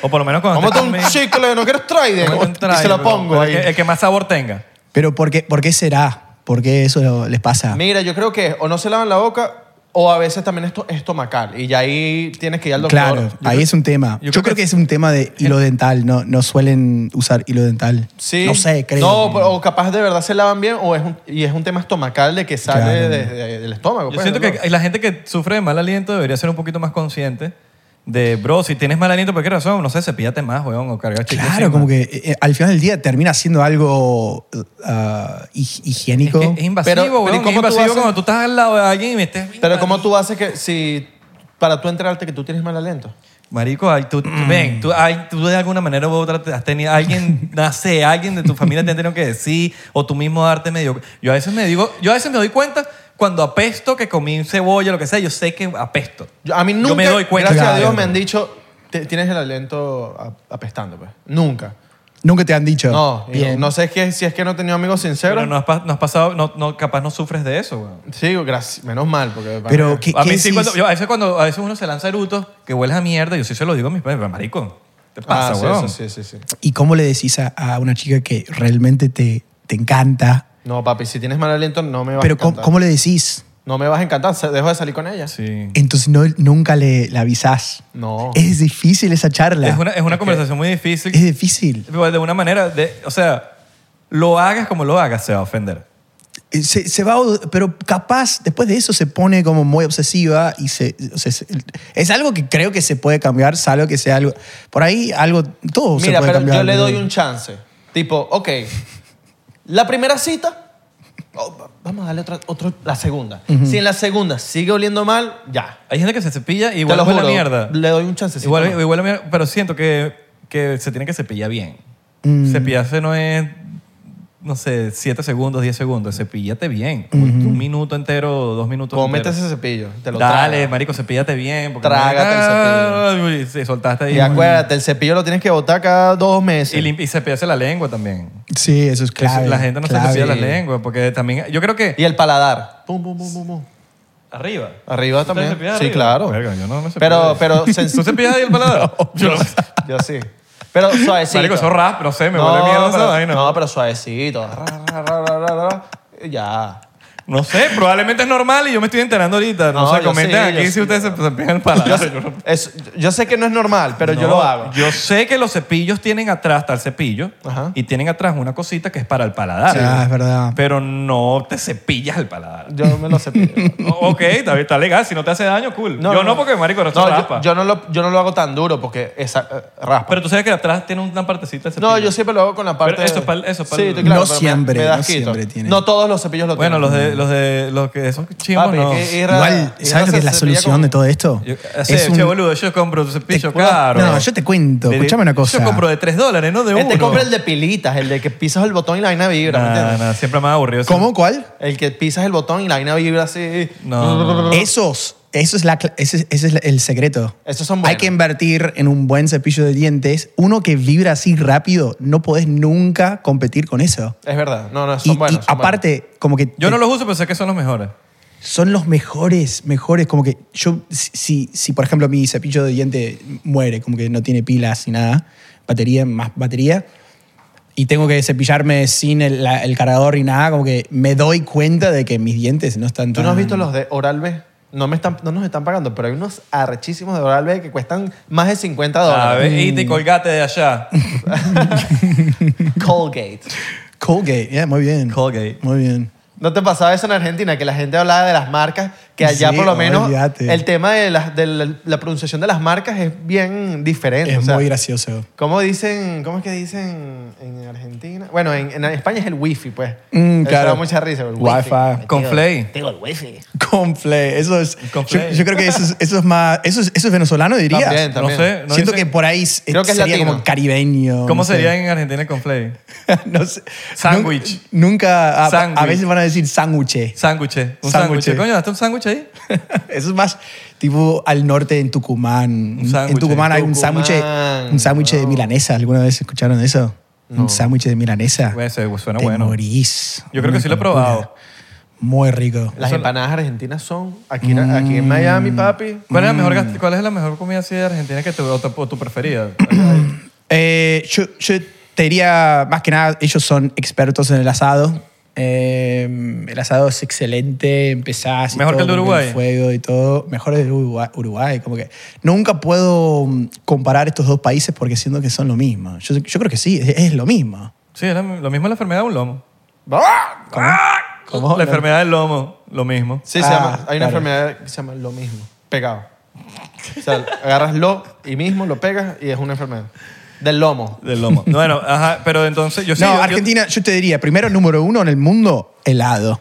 Speaker 1: O por lo menos cuando
Speaker 3: Cómete
Speaker 1: estés
Speaker 3: un
Speaker 1: conmigo,
Speaker 3: chicle, ¿no quieres Trident?
Speaker 1: cómete un
Speaker 3: Y se
Speaker 1: trago,
Speaker 3: lo pongo.
Speaker 1: weón. El que,
Speaker 3: ahí.
Speaker 1: el que más sabor tenga.
Speaker 2: Pero ¿por qué, ¿por qué será? ¿Por qué eso lo- les pasa?
Speaker 3: Mira, yo creo que o no se lavan la boca o a veces también esto es estomacal. Y ya ahí tienes que ir al doctor.
Speaker 2: Claro,
Speaker 3: Yo
Speaker 2: ahí
Speaker 3: creo-
Speaker 2: es un tema. Yo, creo, que, es un tema de hilo dental. No, no suelen usar hilo dental.
Speaker 3: Sí.
Speaker 2: No sé, creo.
Speaker 3: No, pero- o capaz de verdad se lavan bien o es un, y es un tema estomacal de que sale
Speaker 2: Claro.
Speaker 3: de- de- del estómago.
Speaker 1: Yo
Speaker 3: pues,
Speaker 1: siento
Speaker 3: ¿no?
Speaker 1: que la gente que sufre de mal aliento debería ser un poquito más consciente de, bro, si tienes mal aliento, ¿por qué razón? No sé, cepíllate más, weón, o carga chicles.
Speaker 2: Claro, como que eh, eh, al final del día termina siendo algo ah, hij- higiénico.
Speaker 1: Es, es invasivo,
Speaker 3: Pero- pero
Speaker 1: weón.
Speaker 3: ¿y cómo
Speaker 1: es
Speaker 3: tú
Speaker 1: invasivo
Speaker 3: haces?
Speaker 1: cuando tú estás al lado de alguien y me estés...
Speaker 3: Pero ¿cómo tú haces que si para tú enterarte que tú tienes mal aliento?
Speaker 1: Marico, ay, tú,
Speaker 2: Mm.
Speaker 1: ven, tú, ay, tú de alguna manera u otra te has tenido, alguien, no sé, alguien de tu familia te ha tenido que decir, o tú mismo darte medio. Yo a veces me digo, yo a veces me doy cuenta cuando apesto que comí cebolla, lo que sea, yo sé que apesto.
Speaker 3: Yo- a mí nunca,
Speaker 1: me doy cuenta.
Speaker 3: gracias a
Speaker 2: Claro.
Speaker 3: Dios, me han dicho, "Te- tienes el aliento a- apestando, pues. Nunca.
Speaker 2: Nunca te han dicho. Eh,
Speaker 3: No, y
Speaker 2: Bien.
Speaker 3: no sé qué- si es que no he tenido amigos sinceros.
Speaker 1: Pero no has, pas- no has pasado, no, no, capaz no sufres de eso, weón.
Speaker 3: Sí, gracias. Menos mal, porque...
Speaker 2: Pero ¿qué,
Speaker 1: A
Speaker 2: qué
Speaker 1: mí sí,
Speaker 2: decís?
Speaker 1: cuando, yo a veces cuando a veces uno se lanza erutos, que hueles a mierda, yo sí se lo digo a mis padres, marico, te pasa,
Speaker 3: Ah, sí,
Speaker 1: weón.
Speaker 3: eso sí, sí, sí.
Speaker 2: ¿Y cómo le decís a, a una chica que realmente te, te encanta?
Speaker 3: No, papi, si tienes mal aliento, no me vas a
Speaker 2: Pero
Speaker 3: encantar.
Speaker 2: ¿cómo, cómo le decís?
Speaker 3: No me vas a encantar, se- dejo de salir con ella.
Speaker 1: Sí.
Speaker 2: Entonces no, nunca le, la avisás.
Speaker 3: No.
Speaker 2: Es difícil esa charla.
Speaker 1: Es una, es una conversación muy difícil.
Speaker 2: Es difícil.
Speaker 1: Pero Pues, de una manera, de, o sea, lo hagas como lo hagas, se va a ofender.
Speaker 2: Eh, Se, se va, a- pero capaz después de eso se pone como muy obsesiva y se, o sea, se- es algo que creo que se puede cambiar, salvo que sea algo. Por ahí algo, todo se
Speaker 3: Mira,
Speaker 2: puede
Speaker 3: pero
Speaker 2: cambiar.
Speaker 3: yo le doy un chance. Tipo, ok, la primera cita, oh, va- vamos a darle otra, otro- la segunda. Si en la segunda sigue oliendo mal, ya.
Speaker 1: Hay gente que se cepilla y
Speaker 3: Te
Speaker 1: huele
Speaker 3: lo
Speaker 1: a la
Speaker 3: juro,
Speaker 1: mierda.
Speaker 3: Le doy un chance.
Speaker 1: Igual, igual a mierda, pero siento que, que se tiene que cepillar bien.
Speaker 3: Mm.
Speaker 1: Cepillarse no es, no sé, 7 segundos, 10 segundos. Cepíllate bien. Un minuto entero, dos minutos
Speaker 3: Cómete
Speaker 1: enteros.
Speaker 3: ese cepillo. Te lo
Speaker 1: Dale,
Speaker 3: tragas.
Speaker 1: marico, cepíllate bien. porque
Speaker 3: Trágate el
Speaker 1: Ay, uy, sí, soltaste ahí.
Speaker 3: Y acuérdate, el cepillo lo tienes que botar cada dos meses.
Speaker 1: Y, limpi- y cepillarse la lengua también.
Speaker 2: Sí, eso es clave.
Speaker 1: la gente no
Speaker 2: clave.
Speaker 1: se cepilla la lengua porque también... Yo creo que...
Speaker 3: Y el paladar. Pum, pum, pum, pum, pum.
Speaker 1: Arriba.
Speaker 3: Arriba
Speaker 1: ¿Tú te
Speaker 3: también.
Speaker 1: cepillas
Speaker 3: Sí,
Speaker 1: arriba?
Speaker 3: claro.
Speaker 1: Verga, yo no me cepillo.
Speaker 3: Pero, pero sen-
Speaker 1: ¿Tú cepillas ahí el paladar? yo no.
Speaker 3: Yo sí. Pero suavecito.
Speaker 1: Marico, eso rap, no sé, me huele mierda esa
Speaker 3: pero-
Speaker 1: vaina.
Speaker 3: No, pero suavecito. Ra, ra, ra, ra, ra, ra. Ya.
Speaker 1: No sé, probablemente es normal y yo me estoy enterando ahorita. No,
Speaker 3: No,
Speaker 1: sé,
Speaker 3: yo
Speaker 1: comenten
Speaker 3: sí, yo
Speaker 1: aquí
Speaker 3: sí.
Speaker 1: si ustedes se, se pegan el paladar.
Speaker 3: Yo sé, es- yo sé que no es normal, pero yo
Speaker 1: No,
Speaker 3: lo hago.
Speaker 1: Yo sé que los cepillos tienen atrás, está el cepillo,
Speaker 3: Ajá.
Speaker 1: y tienen atrás una cosita que es para el paladar.
Speaker 2: Sí, ah, es verdad.
Speaker 1: Pero no te cepillas el paladar.
Speaker 3: Yo me lo cepillo.
Speaker 1: O- ok, está, está legal, si no te hace daño, cool. yo no, porque marico, no,
Speaker 3: No, yo-
Speaker 1: raspa.
Speaker 3: Yo, no lo, yo no lo hago tan duro porque esa, eh, raspa.
Speaker 1: Pero tú sabes que atrás tiene una partecita de cepillo.
Speaker 3: no, yo siempre lo hago con la parte...
Speaker 1: Pero eso es pa'l- eso es pa'l-
Speaker 3: Sí, estoy claro,
Speaker 2: No
Speaker 3: pero me-
Speaker 2: siempre,
Speaker 3: me da
Speaker 2: no
Speaker 3: asquito.
Speaker 2: siempre tiene.
Speaker 3: No todos los cepillos lo
Speaker 1: Bueno,
Speaker 3: tienen.
Speaker 1: los de, los de los que esos chimbos
Speaker 3: Papi,
Speaker 1: no.
Speaker 3: es que Isra-
Speaker 2: Igual,
Speaker 3: Isra
Speaker 2: ¿sabes lo
Speaker 3: se
Speaker 2: que es
Speaker 3: cepilla
Speaker 2: la solución
Speaker 3: con-
Speaker 2: de todo esto?
Speaker 1: Yo-
Speaker 2: Es
Speaker 1: hace,
Speaker 2: un-
Speaker 1: che, boludo, yo compro tu cepillo
Speaker 2: Te-
Speaker 1: caro.
Speaker 2: No, yo te cuento,
Speaker 1: De-
Speaker 2: escúchame una cosa.
Speaker 1: Yo
Speaker 2: Este,
Speaker 1: compro de 3 dólares, no de
Speaker 3: Él
Speaker 1: uno.
Speaker 3: te Este compra el de pilitas, el de que pisas el botón y la vaina vibra, ¿me
Speaker 1: Nah,
Speaker 3: entiendes?
Speaker 1: nah, siempre me ha aburrido. eso.
Speaker 2: ¿Cómo? ¿Cuál?
Speaker 3: El que pisas el botón y la vaina vibra así.
Speaker 1: No.
Speaker 2: Esos, eso es la, cl- ese, ese es la- el secreto.
Speaker 3: Esos son buenos.
Speaker 2: Hay que invertir en un buen cepillo de dientes. Uno que vibra así rápido, no podés nunca competir con eso.
Speaker 3: Es verdad. No, no,
Speaker 2: Y,
Speaker 3: son
Speaker 2: y
Speaker 3: buenos. son
Speaker 2: aparte, como que
Speaker 1: Yo
Speaker 2: te-
Speaker 1: no los uso, pero sé que son los mejores.
Speaker 2: son los mejores, mejores. Como que yo, si, si, si, por ejemplo mi cepillo de diente muere, como que no tiene pilas y nada, batería, más batería, y tengo que cepillarme sin el, la- el cargador y nada, como que me doy cuenta de que mis dientes no están
Speaker 3: ¿Tú
Speaker 2: tan...
Speaker 3: no has visto los de Oral-B? No, me están, no nos están pagando, pero hay unos arrechísimos de Oral-B que cuestan más de 50
Speaker 1: A
Speaker 3: dólares.
Speaker 1: ver, y
Speaker 2: Mm.
Speaker 1: te colgate de allá.
Speaker 3: Colgate.
Speaker 2: Colgate, yeah, muy bien.
Speaker 1: Colgate.
Speaker 2: Muy bien.
Speaker 3: ¿No te pasaba eso en Argentina? Que la gente hablaba de las marcas, que allá
Speaker 2: Sí,
Speaker 3: por lo menos
Speaker 2: olvídate.
Speaker 3: el tema de, las- de la, la pronunciación de las marcas es bien diferente.
Speaker 2: Es
Speaker 3: o sea,
Speaker 2: muy gracioso.
Speaker 3: ¿Cómo dicen, cómo es que dicen en Argentina? Bueno, en, en España es el wifi, pues.
Speaker 2: Mm,
Speaker 3: Eso
Speaker 2: claro.
Speaker 3: da mucha risa. El
Speaker 2: Wifi.
Speaker 3: wifi.
Speaker 1: Con Flay.
Speaker 4: Tengo el wifi.
Speaker 2: Confle. Eso es.
Speaker 1: Confle.
Speaker 2: Yo, yo creo que eso es, eso es más. Eso es, eso es venezolano, diría.
Speaker 3: También,
Speaker 1: No
Speaker 3: también.
Speaker 1: sé. no
Speaker 2: Siento
Speaker 1: dice-
Speaker 2: que por ahí s-
Speaker 3: Creo que es
Speaker 2: sería
Speaker 3: latino.
Speaker 2: como caribeño.
Speaker 1: ¿Cómo
Speaker 2: no sé.
Speaker 1: sería en Argentina con Flay?
Speaker 2: no sé.
Speaker 1: Sándwich.
Speaker 2: Nun- Nunca. a- A,
Speaker 1: Sándwich.
Speaker 2: veces van a decir sándwiche.
Speaker 1: Sándwiche. Un
Speaker 2: Sándwiche.
Speaker 1: sándwich. Coño, ¿hasta un sándwich ahí?
Speaker 2: Eso es más tipo al norte en Tucumán.
Speaker 1: sándwich.
Speaker 2: En Tucumán hay un
Speaker 3: Tucumán.
Speaker 2: sándwich un sándwich de
Speaker 3: Wow.
Speaker 2: milanesa. ¿Alguna vez escucharon eso? Un sándwich de milanesa.
Speaker 1: Bueno, se- suena
Speaker 2: Te
Speaker 1: bueno.
Speaker 2: morís.
Speaker 1: Yo creo que sí lo he
Speaker 2: Una
Speaker 1: probado.
Speaker 2: Muy rico.
Speaker 3: Las
Speaker 1: Eso-
Speaker 3: empanadas argentinas son aquí, aquí en Miami,
Speaker 2: Mm.
Speaker 3: papi.
Speaker 1: ¿Cuál es, la mejor, gast- cuál es la mejor comida así de Argentina que te, o, tu- o tu preferida?
Speaker 2: Eh, yo, yo te diría, más que nada, ellos son expertos en el asado. Eh, el asado es excelente, empezás... y
Speaker 1: Mejor
Speaker 2: todo
Speaker 1: que el de
Speaker 2: con
Speaker 1: Uruguay.
Speaker 2: fuego y todo. Mejor el de Uruguay, Uruguay, como que... Nunca puedo mm, comparar estos dos países porque siento que son lo mismo. Yo, yo creo que sí, es, es lo mismo.
Speaker 1: Sí, es la- lo mismo es la enfermedad de un lomo.
Speaker 2: ¿Cómo? ¿Cómo?
Speaker 1: La
Speaker 2: No.
Speaker 1: enfermedad del lomo, lo mismo.
Speaker 3: Sí,
Speaker 2: Ah,
Speaker 3: se llama, hay una
Speaker 2: claro.
Speaker 3: enfermedad que se llama lo mismo, pegado. O sea, agarras lo y mismo, lo pegas y es una enfermedad. Del lomo.
Speaker 1: Del lomo. Bueno, ajá, pero entonces yo sí.
Speaker 2: no,
Speaker 1: yo- yo-
Speaker 2: Argentina, yo te diría, primero, número uno en el mundo, helado.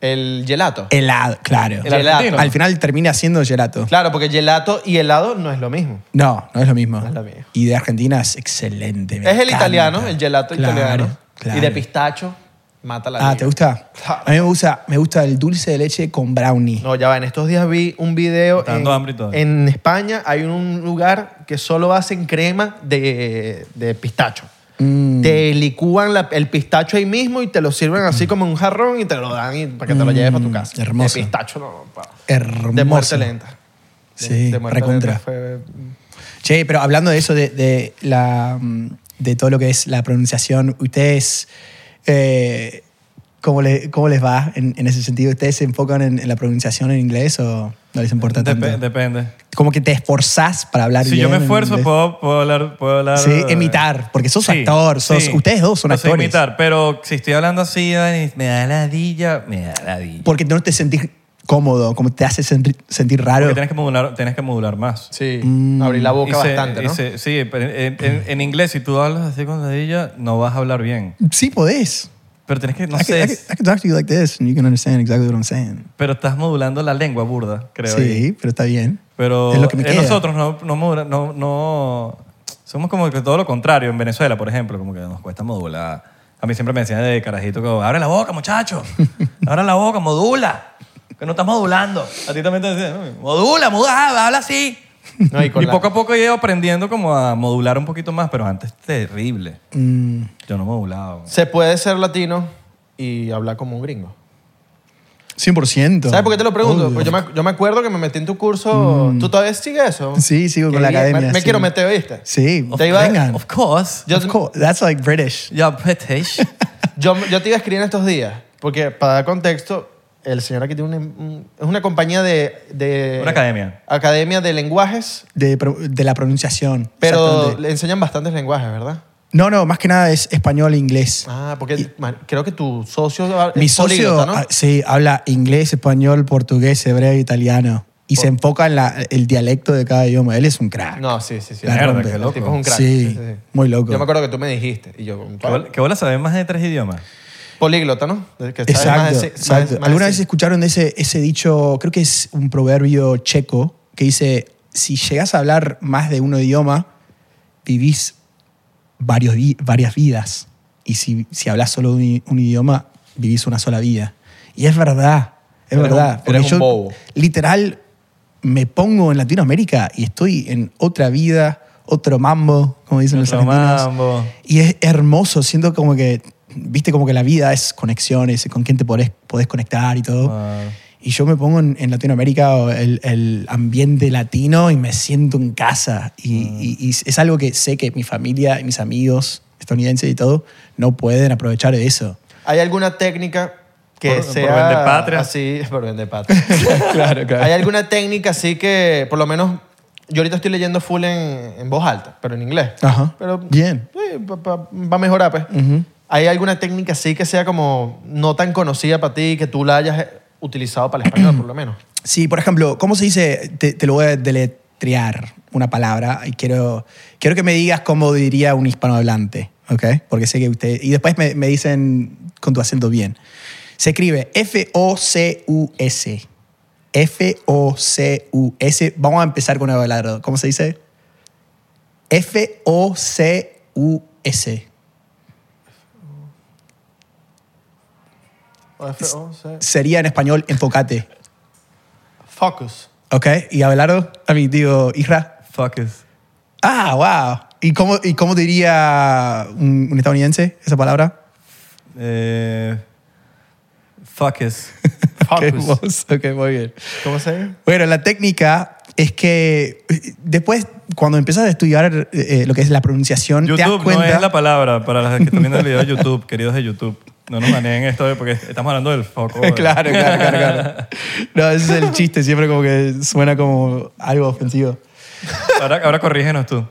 Speaker 3: El gelato.
Speaker 2: Helado, claro.
Speaker 1: El argentino.
Speaker 2: Al final termina siendo gelato.
Speaker 3: Claro, porque gelato y helado no es lo mismo.
Speaker 2: No, no es lo mismo.
Speaker 3: es lo mismo.
Speaker 2: Y de Argentina es excelente. me
Speaker 3: es el
Speaker 2: encanta.
Speaker 3: italiano, el gelato
Speaker 2: Claro,
Speaker 3: italiano.
Speaker 2: claro.
Speaker 3: Y de pistacho, mata la
Speaker 2: Ah,
Speaker 3: liga.
Speaker 2: ¿te gusta?
Speaker 3: Claro.
Speaker 2: A mí me gusta, me gusta el dulce de leche con brownie.
Speaker 3: No, ya va, en estos días vi un video
Speaker 1: Está
Speaker 3: en,
Speaker 1: dando hambre y todo.
Speaker 3: en España, hay un lugar que solo hacen crema de, de pistacho.
Speaker 2: Mm.
Speaker 3: Te licúan la- el pistacho ahí mismo y te lo sirven así como en un jarrón y te lo dan y- para que te lo lleves para tu casa.
Speaker 2: Mm, hermoso.
Speaker 3: De pistacho, no, pa-
Speaker 2: Hermoso.
Speaker 3: De muerte lenta. De-
Speaker 2: Sí,
Speaker 3: de muerte
Speaker 2: recontra.
Speaker 3: lenta fue-
Speaker 2: Che, pero hablando de eso, de, de la, mm, de todo lo que es la pronunciación, ustedes, eh, ¿cómo, le- ¿cómo les va en, en ese sentido? ¿Ustedes se enfocan en, en la pronunciación en inglés o no les importa tanto?
Speaker 1: Depe- depende.
Speaker 2: Como que te esforzás para hablar
Speaker 1: Si
Speaker 2: bien
Speaker 1: yo me
Speaker 2: en
Speaker 1: esfuerzo,
Speaker 2: inglés.
Speaker 1: puedo, puedo hablar, puedo hablar.
Speaker 2: Sí, imitar, porque sos actor, sos- ustedes dos son
Speaker 1: No sé
Speaker 2: actores.
Speaker 1: imitar, pero si estoy hablando así, Dani, me da ladilla, me da ladilla.
Speaker 2: Porque no te sentís cómodo, como te hace sentir, sentir raro.
Speaker 1: Porque tienes que modular, tienes que modular más.
Speaker 3: Sí,
Speaker 2: Mm.
Speaker 3: abrí la boca
Speaker 1: Y se-
Speaker 3: bastante,
Speaker 1: y
Speaker 3: ¿no?
Speaker 1: se- sí, pero en, en- en inglés, si tú hablas así con ladilla, no vas a hablar bien.
Speaker 2: Sí podés.
Speaker 1: Pero tienes que, no
Speaker 2: I,
Speaker 1: sé,
Speaker 2: could, I, could, I could talk to you like this and you can understand exactly what I'm saying.
Speaker 1: pero estás modulando la lengua burda, creo. ahí.
Speaker 2: Sí, pero está bien.
Speaker 1: Pero
Speaker 2: Es lo que me
Speaker 1: eh,
Speaker 2: queda.
Speaker 1: nosotros no, no, modula- no, no- somos como que todo lo contrario. En Venezuela, por ejemplo, como que nos cuesta modular. A mí siempre me decían de carajito que abre la boca, muchacho. Abre la boca, modula. Que no estás modulando. A ti también te decían, "Uy, modula, muda, habla así.
Speaker 3: No, y
Speaker 1: Y,
Speaker 3: con la-
Speaker 1: poco a poco he ido aprendiendo como a modular un poquito más, pero antes terrible.
Speaker 2: Mm.
Speaker 1: Yo no modulaba.
Speaker 3: Se puede ser latino y hablar como un gringo.
Speaker 2: 100%.
Speaker 3: ¿Sabes por qué te lo pregunto?
Speaker 2: Obvio. Mm.
Speaker 3: Pues yo, me, yo me acuerdo que me metí en tu curso. ¿Tú todavía sigues eso?
Speaker 2: Sí, sigo con
Speaker 3: Qué
Speaker 2: la
Speaker 3: bien.
Speaker 2: academia,
Speaker 3: Me, me
Speaker 2: sí.
Speaker 3: quiero meter, ¿viste?
Speaker 2: Sí,
Speaker 3: Te iba-
Speaker 2: vengan.
Speaker 1: Of course.
Speaker 3: Yo,
Speaker 2: Of course, That's like British.
Speaker 1: Ya, pues, British.
Speaker 3: yo, yo te iba a escribir en estos días, porque para dar contexto, el señor aquí tiene una, un- es una compañía de, de-
Speaker 1: Una academia.
Speaker 3: Academia de lenguajes,
Speaker 2: De, pro- de la pronunciación.
Speaker 3: pero
Speaker 2: Exactamente.
Speaker 3: le enseñan bastantes lenguajes, ¿verdad?
Speaker 2: No, no, más que nada es español e inglés.
Speaker 3: Ah, porque man, creo que tu socio es
Speaker 2: Mi socio,
Speaker 3: políglota, ¿no?
Speaker 2: ah, sí, habla inglés, español, portugués, hebreo, italiano. Y se enfoca en la- el dialecto de cada idioma. Él es un crack.
Speaker 3: No, sí, sí, sí.
Speaker 2: La
Speaker 1: Mierda,
Speaker 2: rompe.
Speaker 1: qué
Speaker 3: El
Speaker 1: loco.
Speaker 3: tipo es un crack.
Speaker 2: Sí, muy loco.
Speaker 3: Yo me acuerdo que tú me dijiste. Y yo,
Speaker 1: ¿Qué bola- ¿Qué bola saber más de tres idiomas?
Speaker 3: políglota, ¿no? Que sabe más de-
Speaker 2: Exacto,
Speaker 3: más-
Speaker 2: exacto.
Speaker 3: más de
Speaker 2: ¿Alguna vez
Speaker 3: sí.
Speaker 2: escucharon ese, ese dicho? Creo que es un proverbio checo que dice, si llegas a hablar más de un idioma, vivís varios, vi- varias vidas. Y si, si hablas solo un, i- un idioma, vivís una sola vida. Y es verdad, es
Speaker 3: Eres
Speaker 2: verdad.
Speaker 3: un- eres
Speaker 2: porque
Speaker 3: un bobo.
Speaker 2: literal me pongo en Latinoamérica y estoy en otra vida, otro mambo, como dicen los
Speaker 1: Otro
Speaker 2: argentinos.
Speaker 1: mambo.
Speaker 2: Y es hermoso, siento como que, viste, como que la vida es conexiones, con quién te podés, podés conectar y todo.
Speaker 1: Wow.
Speaker 2: Y yo me pongo en, en Latinoamérica o el, el ambiente latino y me siento en casa. Y, y- y es algo que sé que mi familia y mis amigos estadounidenses y todo no pueden aprovechar de eso.
Speaker 3: ¿Hay alguna técnica que
Speaker 1: Por- por
Speaker 3: sea
Speaker 1: Vendepatria.
Speaker 3: así? Por vendepatria.
Speaker 2: claro,
Speaker 3: ¿Hay alguna técnica así que, por lo menos, yo ahorita estoy leyendo full en, en voz alta, pero en inglés.
Speaker 2: Ajá.
Speaker 3: Pero,
Speaker 2: Bien.
Speaker 3: sí, pa- pa- va a mejorar, pues. ¿Hay alguna técnica así que sea como no tan conocida para ti que tú la hayas eh, utilizado para el español, por lo menos?
Speaker 2: Sí, por ejemplo, ¿cómo se dice? Te, te lo voy a deletrear una palabra y quiero, quiero que me digas cómo diría un hispanohablante, ¿ok? Porque sé que usted... Y después me, me dicen con tu acento bien. Se escribe F-O-C-U-S. F-O-C-U-S. Vamos a empezar con una palabra. ¿Cómo se dice? F-O-C-U-S.
Speaker 3: O F, O, C.
Speaker 2: Sería en español enfócate,
Speaker 3: Focus.
Speaker 2: ¿ok? Y Abelardo, a mí digo, Isra.
Speaker 1: Fuck is.
Speaker 2: Ah, wow. ¿Y cómo, y cómo diría un, un estadounidense esa palabra?
Speaker 1: Eh, fuck is.
Speaker 2: Ok,
Speaker 3: Focus.
Speaker 2: vos. ok, muy bien.
Speaker 3: ¿Cómo se dice?
Speaker 2: Bueno, la técnica es que eh, después, cuando empiezas a estudiar eh, eh, lo que es la pronunciación, te das
Speaker 1: YouTube no
Speaker 2: cuenta...
Speaker 1: es la palabra para las que están viendo el video de YouTube, queridos de YouTube. No nos manejen esto eh, porque estamos hablando del foco. eh.
Speaker 2: claro, claro, claro, claro. No, ese es el chiste, siempre como que suena como algo ofensivo.
Speaker 1: Ahora, ahora corrígenos tú.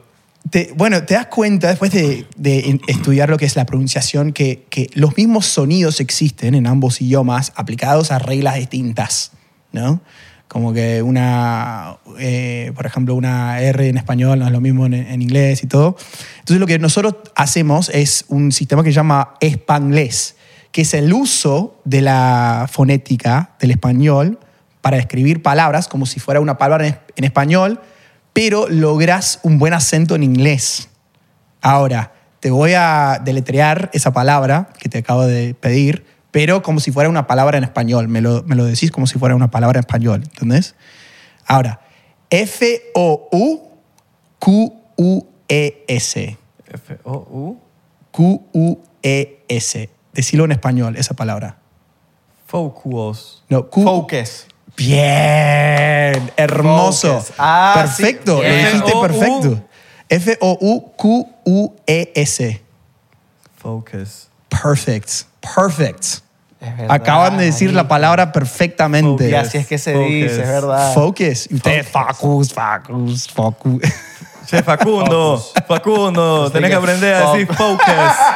Speaker 2: Te- bueno, te das cuenta después de, de en- estudiar lo que es la pronunciación que, que los mismos sonidos existen en ambos idiomas aplicados a reglas distintas, ¿no? Como que una, eh, por ejemplo, una R en español no es lo mismo en, en inglés y todo. Entonces lo que nosotros hacemos es un sistema que se llama espanglés, que es el uso de la fonética del español para escribir palabras como si fuera una palabra en, es- en español, pero logras un buen acento en inglés. Ahora, te voy a deletrear esa palabra que te acabo de pedir, pero como si fuera una palabra en español. Me lo, me lo decís como si fuera una palabra en español, ¿entendés? Ahora, E F-O-U-Q-U-E-S.
Speaker 1: F-O-U.
Speaker 2: Q-U-E-S. E Decilo en español, esa palabra.
Speaker 1: Focus.
Speaker 2: No, Q. E
Speaker 3: Focus.
Speaker 2: Bien, hermoso.
Speaker 3: Focus. Ah,
Speaker 2: perfecto,
Speaker 3: sí.
Speaker 2: lo
Speaker 3: Bien.
Speaker 2: dijiste
Speaker 1: F-O-U.
Speaker 2: perfecto. E F-O-U-Q-U-E-S.
Speaker 1: Focus.
Speaker 2: Perfect, perfect.
Speaker 3: Es verdad,
Speaker 2: Acaban de decir la
Speaker 3: amigo.
Speaker 2: palabra perfectamente.
Speaker 3: Y así es que se
Speaker 1: Focus.
Speaker 3: dice, es verdad.
Speaker 2: Focus. Y ustedes, focus, focus, focus.
Speaker 1: Che, Facundo, Facundo, tenés que aprender a decir focus.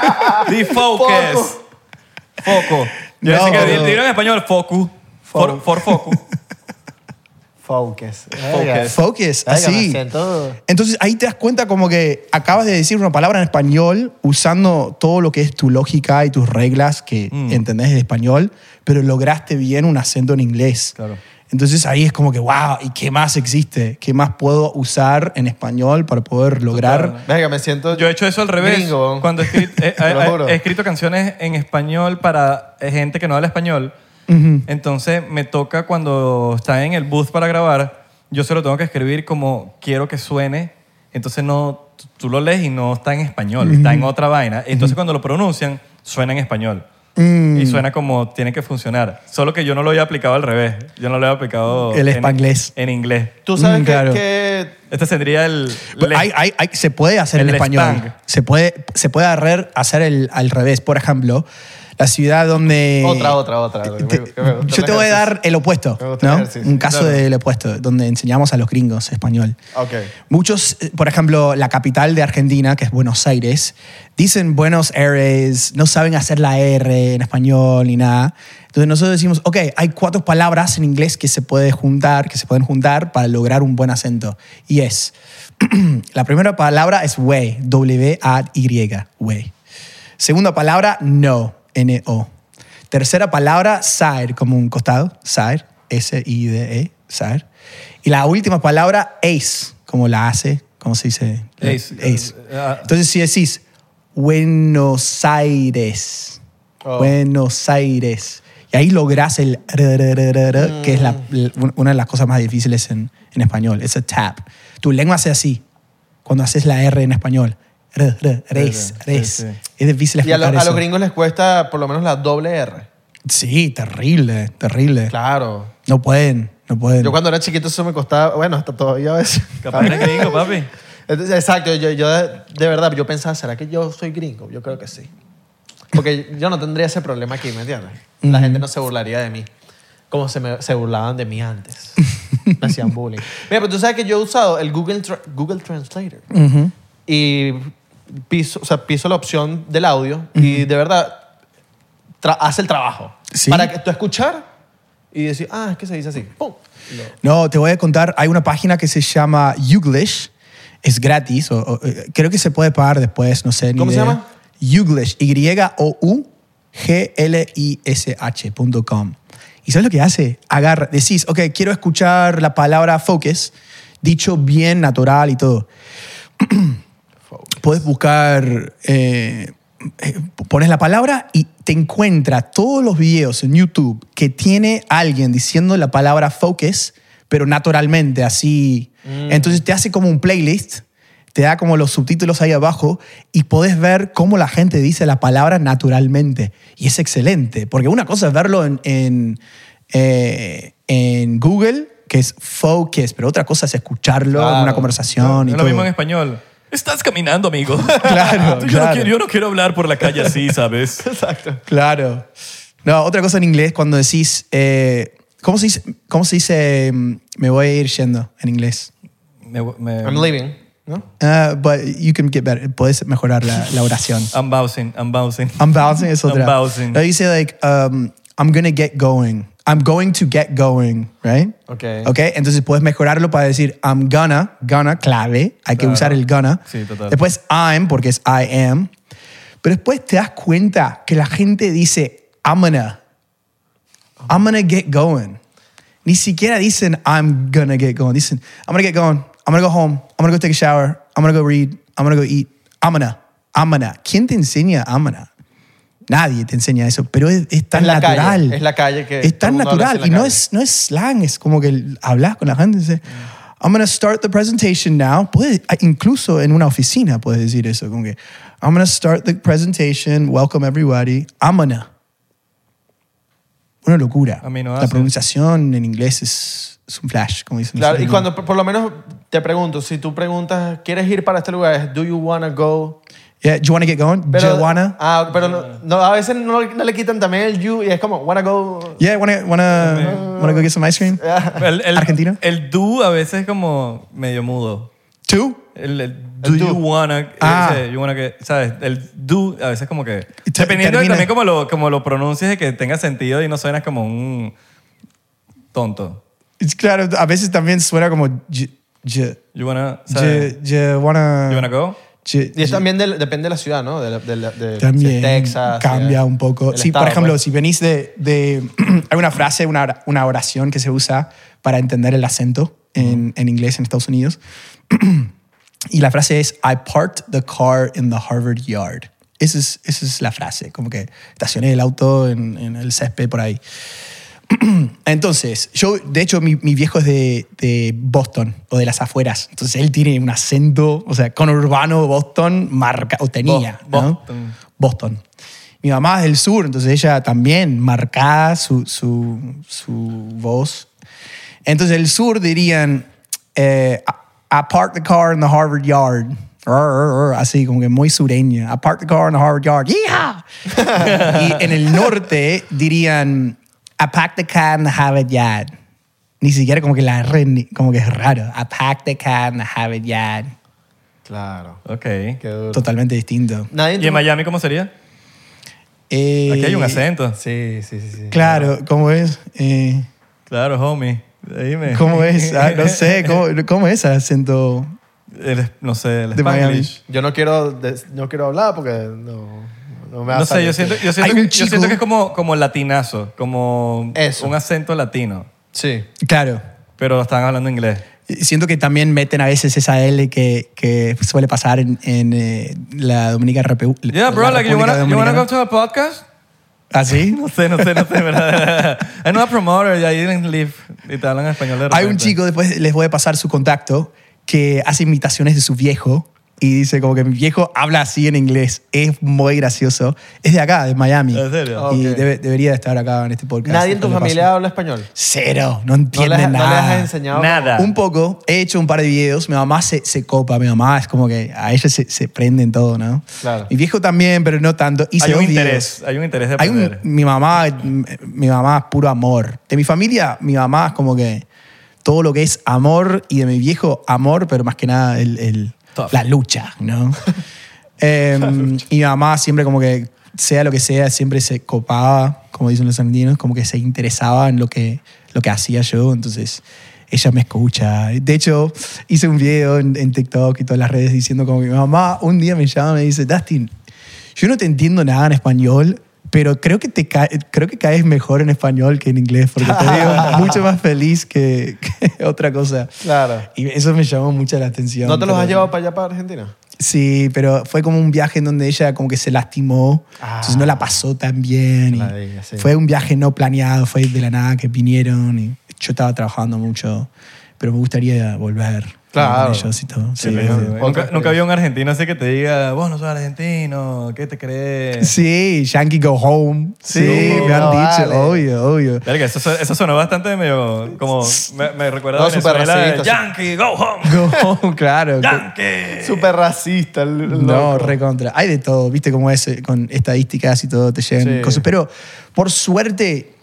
Speaker 1: Di focus. Foco. Yo
Speaker 2: No,
Speaker 1: decía que
Speaker 2: pero-
Speaker 1: di- dijeron en español focus. For,
Speaker 3: Fo-
Speaker 1: for focus.
Speaker 3: Focus. Oiga,
Speaker 2: Focus,
Speaker 3: oiga,
Speaker 2: así.
Speaker 3: me siento-
Speaker 2: Entonces ahí te das cuenta como que acabas de decir una palabra en español usando todo lo que es tu lógica y tus reglas que
Speaker 1: Mm.
Speaker 2: entendés de español, pero lograste bien un acento en inglés.
Speaker 1: Claro.
Speaker 2: Entonces ahí es como que, wow, ¿y qué más existe? ¿Qué más puedo usar en español para poder lograr?
Speaker 3: Venga, me siento.
Speaker 1: Yo he hecho eso al revés.
Speaker 3: Gringo.
Speaker 1: Cuando he escrito, eh,
Speaker 3: Te lo
Speaker 1: eh,
Speaker 3: juro.
Speaker 1: he escrito canciones en español para eh, gente que no habla español. Entonces me toca cuando está en el booth para grabar, yo se lo tengo que escribir como quiero que suene. Entonces no, tú- tú lo lees y no está en español, está en otra vaina. Entonces cuando lo pronuncian, suena en español.
Speaker 3: Mm.
Speaker 1: Y suena como tiene que funcionar. Solo que yo no lo había aplicado al revés. Yo no lo había aplicado
Speaker 2: El
Speaker 1: en-
Speaker 2: spanglés.
Speaker 1: En, inglés.
Speaker 3: Tú sabes
Speaker 2: Mm,
Speaker 3: que-
Speaker 2: claro.
Speaker 3: que
Speaker 1: Este sería el...
Speaker 2: Pero
Speaker 3: Pues,
Speaker 1: le-
Speaker 2: Pues, hay- hay- hay- se puede hacer
Speaker 1: El
Speaker 2: en español.
Speaker 1: Spang.
Speaker 2: Se puede, se puede arrer- hacer el, al revés. Por ejemplo, la ciudad donde...
Speaker 3: Otra, otra, otra.
Speaker 2: Eh, Te-
Speaker 3: Que me-
Speaker 2: te-
Speaker 3: que me gusta
Speaker 2: yo
Speaker 3: el
Speaker 2: te voy a
Speaker 3: ejercicio.
Speaker 2: dar el opuesto,
Speaker 3: Me gusta el
Speaker 2: ¿no?
Speaker 3: ejercicio,
Speaker 2: Un caso
Speaker 3: claro.
Speaker 2: del opuesto, donde enseñamos a los gringos español.
Speaker 3: Ok.
Speaker 2: Muchos, eh, por ejemplo, la capital de Argentina, que es Buenos Aires, dicen Buenos Aires, no saben hacer la R en español ni nada. Entonces nosotros decimos, ok, hay cuatro palabras en inglés que se puede juntar, que se pueden juntar para lograr un buen acento. Y es, la primera palabra es way, W-A-Y, way. Segunda palabra, no, N-O. Tercera palabra, side, como un costado, side, S-I-D-E, side. E, Y la última palabra, ace, como la hace, ¿cómo se dice?
Speaker 1: Ace.
Speaker 2: Ace.
Speaker 1: Ah.
Speaker 2: Entonces, si decís Buenos Aires,
Speaker 3: Oh.
Speaker 2: Buenos Aires, y ahí lográs el r- r- r- r-
Speaker 3: Mm.
Speaker 2: r- que es la- l- una de las cosas más difíciles en, en español, es a tap. Tu lengua hace así, cuando haces la R en español. R- r- Res,
Speaker 1: R,
Speaker 2: res.
Speaker 1: sí, sí.
Speaker 2: Es difícil
Speaker 3: Y a, lo-
Speaker 2: explicar
Speaker 3: a
Speaker 2: eso.
Speaker 3: los gringos les cuesta por lo menos la doble R.
Speaker 2: Sí, terrible, terrible.
Speaker 3: Claro.
Speaker 2: No pueden, no pueden.
Speaker 3: Yo cuando era chiquito eso me costaba, bueno, hasta todavía a veces.
Speaker 1: Capaz eres gringo, papi.
Speaker 3: Entonces, exacto, yo, yo de, de verdad, yo pensaba, ¿será que yo soy gringo? Yo creo que sí. Porque yo no tendría ese problema aquí, ¿me entiendes? La gente no se burlaría de mí, como se, me- se burlaban de mí antes. Me hacían bullying. Mira, pero tú sabes que yo he usado el Google, Tra- Google Translator.
Speaker 2: Ujú.
Speaker 3: Y piso, o sea, piso la opción del audio y de verdad tra- hace el trabajo.
Speaker 2: Sí.
Speaker 3: Para que tú escuchar y decir, ah, es que se dice así. ¡Pum! Y lo-
Speaker 2: No, te voy a contar. Hay una página que se llama Youglish. Es gratis. o- o, eh, creo que se puede pagar después, no sé. ni
Speaker 3: ¿Cómo se
Speaker 2: idea.
Speaker 3: llama?
Speaker 2: Youglish. Y-O-U-G-L-I-S-H.com. ¿Y sabes lo que hace? Agarra, decís, ok, quiero escuchar la palabra focus, dicho bien natural y todo. Puedes buscar, eh, eh, pones la palabra y te encuentra todos los videos en YouTube que tiene alguien diciendo la palabra focus, pero naturalmente, así.
Speaker 1: Mm.
Speaker 2: Entonces te hace como un playlist, te da como los subtítulos ahí abajo y podés ver cómo la gente dice la palabra naturalmente. Y es excelente, porque una cosa es verlo en, en, eh, en Google, que es focus, pero otra cosa es escucharlo en una
Speaker 3: Claro.
Speaker 2: conversación. y
Speaker 1: es lo
Speaker 2: todo.
Speaker 1: mismo en español. Estás caminando, amigo.
Speaker 2: Claro,
Speaker 1: yo,
Speaker 2: claro.
Speaker 1: No quiero, yo no quiero hablar por la calle así, ¿sabes?
Speaker 3: Exacto.
Speaker 2: Claro. No, otra cosa en inglés, cuando decís. eh, ¿cómo, se dice, ¿Cómo se dice? mm, Me voy a ir yendo en inglés.
Speaker 1: Me- me-
Speaker 3: I'm leaving, ¿no?
Speaker 2: Ah, but you can get better. Podés mejorar la, la oración.
Speaker 1: I'm bouncing, I'm bouncing.
Speaker 2: I'm bouncing es otra.
Speaker 1: I'm bouncing.
Speaker 2: No, you say like, um, I'm gonna get going. I'm going to get going, right?
Speaker 3: Ok.
Speaker 2: Ok, entonces puedes mejorarlo para decir I'm gonna, gonna, clave. Hay que
Speaker 1: Claro.
Speaker 2: usar el gonna.
Speaker 1: Sí, total.
Speaker 2: Después I'm, porque es I am. Pero después te das cuenta que la gente dice I'm gonna. I'm gonna get going. Ni siquiera dicen I'm gonna get going. Dicen I'm gonna get going. I'm gonna go home. I'm gonna go take a shower. I'm gonna go read. I'm gonna go eat. I'm gonna. I'm gonna. ¿Quién te enseña I'm gonna? Nadie te enseña eso, pero es, es tan
Speaker 3: Es la calle,
Speaker 2: natural.
Speaker 3: es la calle que
Speaker 2: Es
Speaker 3: todo el
Speaker 2: tan
Speaker 3: mundo habla así
Speaker 2: natural
Speaker 3: en la
Speaker 2: y no
Speaker 3: calle.
Speaker 2: es no es slang, es como que hablas con la gente y dices, I'm gonna start the presentation now. Puedes, incluso en una oficina puedes decir eso, como que, I'm gonna start the presentation, welcome everybody, I'm gonna. Una locura.
Speaker 1: A mí no
Speaker 2: la
Speaker 1: hace.
Speaker 2: pronunciación en inglés es, es un flash, como dicen.
Speaker 3: Claro, y
Speaker 2: nosotros.
Speaker 3: cuando por por lo menos te pregunto, si tú preguntas, ¿quieres ir para este lugar? Es, ¿Do you wanna go?
Speaker 2: Yeah, do you wanna get going? Do
Speaker 3: Pero,
Speaker 2: you wanna?
Speaker 3: Ah, pero no, no, a veces no, no le quitan también el you y es como, wanna go.
Speaker 2: yeah, wanna, wanna, wanna go get some ice cream?
Speaker 1: El, el-
Speaker 2: ¿Argentino?
Speaker 1: El do a veces es como medio mudo.
Speaker 2: Two?
Speaker 1: El, el do
Speaker 3: El do.
Speaker 1: you wanna,
Speaker 2: Ah.
Speaker 1: ese, you wanna que, ¿sabes? El do a veces como que...
Speaker 2: Y te-
Speaker 1: dependiendo de
Speaker 2: termina-
Speaker 1: también como lo, como lo pronuncies, de que tenga sentido y no suenas como un tonto.
Speaker 2: Es Claro, a veces también suena como, "Yo- yo-
Speaker 1: You wanna, ¿sabes?
Speaker 2: yo- yo wanna-
Speaker 1: you wanna go?
Speaker 2: yo-
Speaker 3: Y es también del- depende de la ciudad, ¿no? De, la- de, la- de- si
Speaker 2: también
Speaker 3: es Texas. si
Speaker 2: cambia
Speaker 3: es
Speaker 2: un poco.
Speaker 3: el
Speaker 2: Sí,
Speaker 3: estado,
Speaker 2: por ejemplo,
Speaker 3: pues.
Speaker 2: si venís de... de hay una frase, una, or- una oración que se usa para entender el acento en, en inglés en Estados Unidos. y la frase es, I parked the car in the Harvard yard. Esa es, esa es la frase, como que estacioné el auto en, en el césped por ahí. Entonces, yo, de hecho, mi, mi viejo es de, de Boston o de las afueras. Entonces, él tiene un acento, o sea, conurbano Boston, marca, o tenía.
Speaker 1: Bo-
Speaker 2: ¿no?
Speaker 1: Boston.
Speaker 2: Boston. Mi mamá es del sur, entonces ella también marcada su, su, su voz. Entonces, el sur dirían, eh, I, I parked the car in the Harvard yard. Rrr, rrr, rrr, Así, como que muy sureña. I parked the car in the Harvard yard. ¡Yeehaw! y en el norte dirían, I packed the car in the Harvard yard. Ni siquiera como que la R, ni- como que es raro. I packed the car in the Harvard yard.
Speaker 3: Claro.
Speaker 1: Ok.
Speaker 3: Qué duro.
Speaker 2: Totalmente distinto.
Speaker 3: Nadie
Speaker 1: ¿Y en Miami cómo sería?
Speaker 2: Eh,
Speaker 1: Aquí hay un acento.
Speaker 3: Sí, sí, sí. sí.
Speaker 2: Claro, ¿cómo es? Eh,
Speaker 1: Claro, homie. Dime.
Speaker 2: ¿Cómo es? Ah, no sé, ¿cómo, cómo es el acento?
Speaker 1: El es- no sé, el
Speaker 2: De Miami.
Speaker 1: Spanglish.
Speaker 3: Yo no quiero, des- no quiero hablar porque no, no me va a
Speaker 1: No sé,
Speaker 3: salir.
Speaker 1: yo siento, yo
Speaker 2: Hay
Speaker 1: siento,
Speaker 2: un
Speaker 1: que, yo
Speaker 2: chico-
Speaker 1: siento que es como, como latinazo, como
Speaker 3: Eso.
Speaker 1: un acento latino,
Speaker 3: Sí.
Speaker 2: Claro.
Speaker 1: pero están hablando inglés.
Speaker 2: Siento que también meten a veces esa L que, que suele pasar en, en, eh, la Dominica Repu-
Speaker 1: Yeah, bro,
Speaker 2: la
Speaker 1: like, you
Speaker 2: República
Speaker 1: wanna, you wanna
Speaker 2: Dominicana.
Speaker 1: go to a podcast?
Speaker 2: ¿Ah, sí?
Speaker 1: No sé, no sé, no sé, ¿verdad? I'm not a promoter, I didn't live. Y te hablan español de
Speaker 2: Hay un
Speaker 1: repente.
Speaker 2: chico, después les voy a pasar su contacto, que hace imitaciones de su viejo y dice como que mi viejo habla así en inglés. Es muy gracioso. Es de acá, de Miami.
Speaker 1: ¿En serio?
Speaker 3: Ok.
Speaker 2: Y debe- debería estar acá en este podcast.
Speaker 3: Nadie en tu
Speaker 2: Después le paso.
Speaker 3: familia habla español.
Speaker 2: Cero, no
Speaker 3: No
Speaker 2: entiende
Speaker 3: les, no les
Speaker 2: nada.
Speaker 3: has enseñado.
Speaker 1: Nada.
Speaker 2: Un poco. He hecho un par de videos. Mi mamá se, se copa. Mi mamá es como que a ella se, se prende en todo, ¿no?
Speaker 3: Claro.
Speaker 2: Mi viejo también, pero no tanto. Hice
Speaker 1: Hay un
Speaker 2: dos videos.
Speaker 1: interés, hay un interés de
Speaker 2: Hay un-
Speaker 1: aprender.
Speaker 2: mi mamá, m- mi mamá es puro amor. De mi familia, mi mamá es como que todo lo que es amor y de mi viejo, amor, pero más que nada el, el-
Speaker 1: Tough.
Speaker 2: la lucha, ¿no? Em, y mi mamá siempre como que, sea lo que sea, siempre se copaba, como dicen los argentinos, como que se interesaba en lo que, lo que hacía yo. Entonces, ella me escucha. De hecho, hice un video en, en TikTok y todas las redes diciendo como que mi mamá un día me llama y me dice, Dustin, yo no te entiendo nada en español, pero creo que, te ca- creo que caes mejor en español que en inglés, porque te veo mucho más feliz que, que otra cosa.
Speaker 3: Claro.
Speaker 2: Y eso me llamó mucho la atención.
Speaker 3: ¿No te los
Speaker 2: pero-
Speaker 3: has llevado para allá, para Argentina?
Speaker 2: Sí, pero fue como un viaje en donde ella como que se lastimó,
Speaker 3: Ah.
Speaker 2: entonces no la pasó tan bien. y
Speaker 3: La de ella, sí.
Speaker 2: Fue un viaje no planeado, fue de la nada que vinieron y yo estaba trabajando mucho, pero me gustaría volver.
Speaker 3: Claro.
Speaker 2: con ellos y todo. Sí,
Speaker 1: Qué
Speaker 2: sí.
Speaker 1: lindo, güey.
Speaker 3: Otra
Speaker 1: Nunca, nunca había un argentino así que te diga, vos no sos argentino, ¿qué te crees?
Speaker 2: Sí, Yankee Go Home. Sí,
Speaker 3: Sí,
Speaker 2: me han
Speaker 3: no,
Speaker 2: dicho,
Speaker 3: vale.
Speaker 2: obvio, obvio.
Speaker 1: Verga, eso, su- eso sonó bastante medio como. Me, me recuerda
Speaker 3: No,
Speaker 1: a Venezuela
Speaker 3: súper
Speaker 1: de,
Speaker 3: racista, sí.
Speaker 1: Yankee, go home,
Speaker 2: Go Home, claro.
Speaker 1: Yankee.
Speaker 3: Súper racista. el- el
Speaker 2: Eh, No,
Speaker 3: loco.
Speaker 2: recontra. Hay de todo, viste cómo es eh, con estadísticas y todo, te llegan
Speaker 3: Sí.
Speaker 2: cosas. Pero por suerte,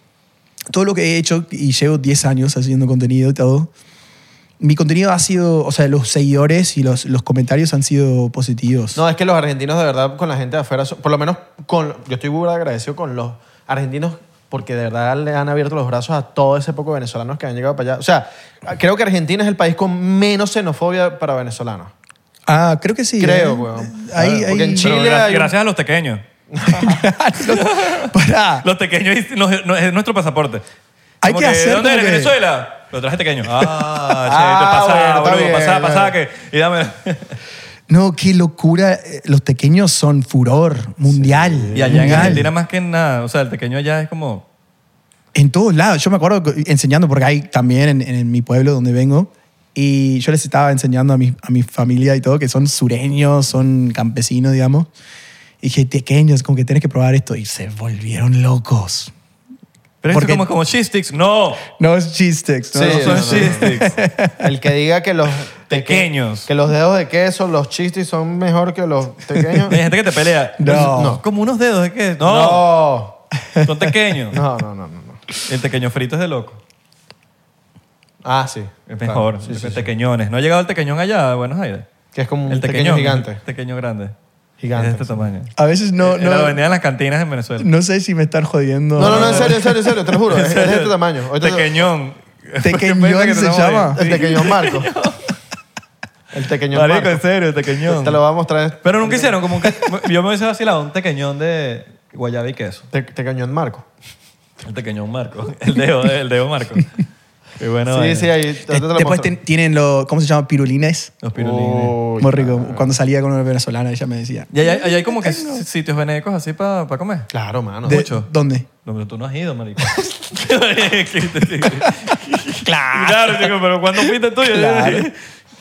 Speaker 2: todo lo que he hecho, y llevo 10 años haciendo contenido y todo, mi contenido ha sido, o sea, los seguidores y los, los comentarios han sido positivos.
Speaker 3: No, es que los argentinos de verdad con la gente de afuera, son- por lo menos con, yo estoy muy agradecido con los argentinos porque de verdad le han abierto los brazos a todo ese poco de venezolanos que han llegado para allá. O sea, creo que Argentina es el país con menos xenofobia para venezolanos.
Speaker 2: Ah, creo que sí.
Speaker 3: Creo,
Speaker 2: ¿eh?
Speaker 3: weón. Ah,
Speaker 2: Ahí,
Speaker 3: Porque en
Speaker 2: ahí-
Speaker 3: Chile-
Speaker 1: Pero
Speaker 3: Chile
Speaker 1: gra-
Speaker 3: hay un-
Speaker 1: gracias a los pequeños.
Speaker 2: Pará.
Speaker 1: Los pequeños es- no- no- es nuestro pasaporte.
Speaker 2: Hay
Speaker 1: Como
Speaker 2: que hacer
Speaker 1: ¿Dónde
Speaker 2: como
Speaker 1: eres?
Speaker 2: que-
Speaker 1: Venezuela. Lo traje tequeño. Ah, che,
Speaker 3: Ah, bueno,
Speaker 1: pasá,
Speaker 3: está
Speaker 1: boludo,
Speaker 3: bien,
Speaker 1: pasá,
Speaker 3: bueno.
Speaker 1: pasá, que. Y dame.
Speaker 2: No, qué locura. Eh, Los pequeños son furor mundial.
Speaker 1: Y allá en
Speaker 2: mundial.
Speaker 1: Argentina más que nada. O sea, el pequeño allá es como.
Speaker 2: En todos lados. Yo me acuerdo que- enseñando, porque hay también en, en mi pueblo donde vengo, y yo les estaba enseñando a mi, a mi familia y todo, que son sureños, son campesinos, digamos. Y dije, pequeños, como que tienes que probar esto. Y se volvieron locos.
Speaker 1: Pero es
Speaker 2: Porque-
Speaker 1: como, como cheese sticks. No,
Speaker 2: No es cheese sticks, ¿no?
Speaker 3: Sí,
Speaker 1: no
Speaker 2: No
Speaker 1: son
Speaker 2: son-
Speaker 3: no,
Speaker 1: cheese sticks.
Speaker 3: El que diga que los
Speaker 1: Pequeños.
Speaker 3: que los dedos de queso, los chistes son mejor que los pequeños.
Speaker 1: Hay gente que te pelea.
Speaker 2: No.
Speaker 1: no. Como unos dedos, ¿de qué? No,
Speaker 3: No.
Speaker 1: son pequeños.
Speaker 3: No, no, no, no, no.
Speaker 1: El tequeño frito es de loco.
Speaker 3: Ah, sí.
Speaker 1: Es
Speaker 3: Claro,
Speaker 1: mejor.
Speaker 3: sí, sí, sí.
Speaker 1: tequeñones. ¿No ha llegado el tequeñón allá a Buenos Aires?
Speaker 3: Que es como un
Speaker 1: el
Speaker 3: pequeño
Speaker 1: tequeñón
Speaker 3: gigante.
Speaker 1: El tequeño grande.
Speaker 3: Gigante,
Speaker 1: Es de este
Speaker 3: sí.
Speaker 1: tamaño.
Speaker 2: A veces no,
Speaker 1: En la
Speaker 2: no,
Speaker 1: avenida de las cantinas en Venezuela.
Speaker 2: no sé si me están jodiendo.
Speaker 3: No, no, no, en serio, en serio, en serio, te lo juro. Es, es de este tamaño. Ahorita-
Speaker 1: Tequeñón.
Speaker 2: Tequeñón
Speaker 1: Piensa que
Speaker 2: se
Speaker 1: tenemos
Speaker 2: llama.
Speaker 1: ahí.
Speaker 3: El tequeñón Marco. El tequeñón
Speaker 1: Marico, en
Speaker 3: Marco.
Speaker 1: serio, tequeñón.
Speaker 3: Te lo voy a mostrar.
Speaker 1: Pero nunca hicieron como un... ca- Yo me hubiese vacilado un tequeñón de guayaba y queso.
Speaker 3: Te- tequeñón Marco.
Speaker 1: El tequeñón Marco. El dedo, el dedo Marco. Qué bueno.
Speaker 3: sí, sí, ahí. ahorita
Speaker 2: Eh,
Speaker 3: te lo
Speaker 2: Después
Speaker 3: muestro.
Speaker 2: ten- tienen los, ¿cómo se llama? Pirulines.
Speaker 1: Los pirulines.
Speaker 3: Uy,
Speaker 2: Muy rico. Cuando salía con una venezolana, ella me decía.
Speaker 1: Y allá, allá hay como que sitios venecos así para comer.
Speaker 3: Claro, mano.
Speaker 2: ¿De-
Speaker 1: mucho.
Speaker 2: ¿Dónde?
Speaker 1: No, pero tú no has ido, marico. claro. chico, pero ¿cuándo fuiste tú?
Speaker 2: Claro.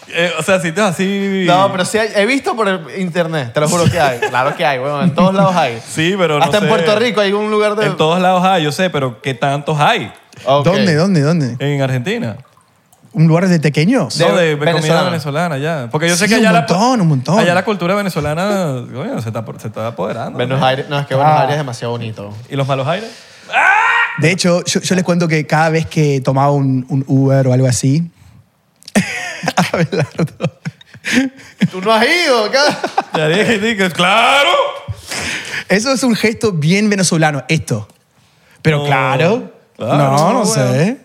Speaker 1: Eh, o sea, sitios así...
Speaker 3: No, pero sí hay, he visto por el internet, te lo juro que hay. Claro que hay, weón. En todos lados hay.
Speaker 1: Sí, pero no
Speaker 3: Hasta
Speaker 1: sé.
Speaker 3: en Puerto Rico hay un lugar de.
Speaker 1: En todos lados hay, yo sé, pero ¿qué tantos hay
Speaker 3: Ok.
Speaker 2: ¿Dónde? ¿Dónde? ¿Dónde?
Speaker 1: en Argentina?
Speaker 2: ¿Un lugar de pequeños?
Speaker 1: no, de
Speaker 3: Venezolana.
Speaker 1: comida venezolana ya. Porque yo sé
Speaker 2: Sí,
Speaker 1: que allá
Speaker 2: un
Speaker 1: la-
Speaker 2: montón, un montón.
Speaker 1: Allá la cultura venezolana coño, se, está, se está apoderando.
Speaker 3: Buenos Aires. No, es que
Speaker 2: Ah.
Speaker 3: Buenos Aires es demasiado bonito.
Speaker 1: ¿Y los malos aires?
Speaker 2: De hecho, yo, yo les cuento que cada vez que tomaba un, un Uber o algo así, Abelardo,
Speaker 3: Tú no has ido, acá.
Speaker 1: Ya dije, dije, claro.
Speaker 2: eso es un gesto bien venezolano, esto. Pero
Speaker 1: No,
Speaker 2: claro,
Speaker 1: Oh, claro,
Speaker 2: no, no
Speaker 1: bueno.
Speaker 2: sé.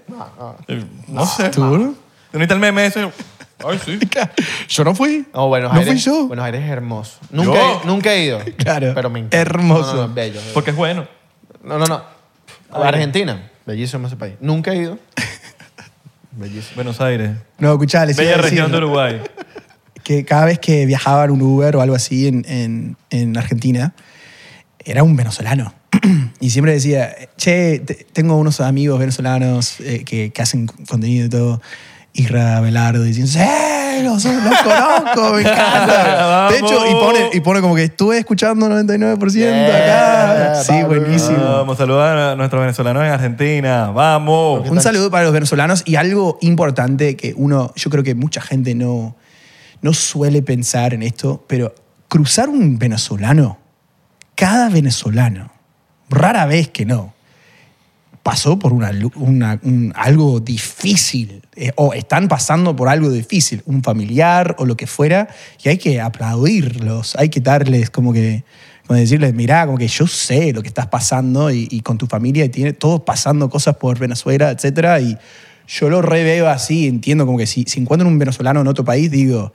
Speaker 1: Eh, No sé. Ah.
Speaker 2: ¿Tú? no?
Speaker 1: ¿Tú necesitas el meme ese? Ay, sí.
Speaker 2: Yo no fui.
Speaker 3: No, Buenos
Speaker 2: no
Speaker 3: Aires.
Speaker 2: fui yo.
Speaker 3: Buenos Aires es hermoso. Nunca,
Speaker 1: Yo.
Speaker 3: he, nunca he ido.
Speaker 2: Claro.
Speaker 3: Pero me encanta.
Speaker 2: Hermoso.
Speaker 3: No, no, no, bello. bello.
Speaker 1: Porque es bueno.
Speaker 3: No, no, no. Argentina. Bellísimo ese país. Nunca he ido. Bellísimo.
Speaker 1: Buenos Aires.
Speaker 2: No, escuchá, les iba
Speaker 1: Bella
Speaker 2: a decir
Speaker 1: región de Uruguay.
Speaker 2: que cada vez que viajaba en un Uber o algo así en, en- en Argentina, era un venezolano. Y siempre decía, che, te- tengo unos amigos venezolanos eh, que, que hacen contenido y todo. Isra Velardo diciendo, ¡eh! Los, los conozco, me encanta. De hecho, y pone, y pone como que estuve escuchando 99% acá.
Speaker 3: Yeah,
Speaker 2: Sí,
Speaker 3: Pablo.
Speaker 2: buenísimo.
Speaker 1: Vamos a saludar a nuestros venezolanos en Argentina. Vamos.
Speaker 2: Un saludo para los venezolanos y algo importante que uno, yo creo que mucha gente no, no suele pensar en esto, pero cruzar un venezolano, cada venezolano, rara vez que no, pasó por una, lu- una- un- algo difícil eh, o están pasando por algo difícil, un familiar o lo que fuera, y hay que aplaudirlos, hay que darles como que, como decirles, mirá, como que yo sé lo que estás pasando y, y con tu familia y tiene todos pasando cosas por Venezuela, etcétera, y yo lo reveo así, entiendo como que si, si encuentro un venezolano en otro país, digo,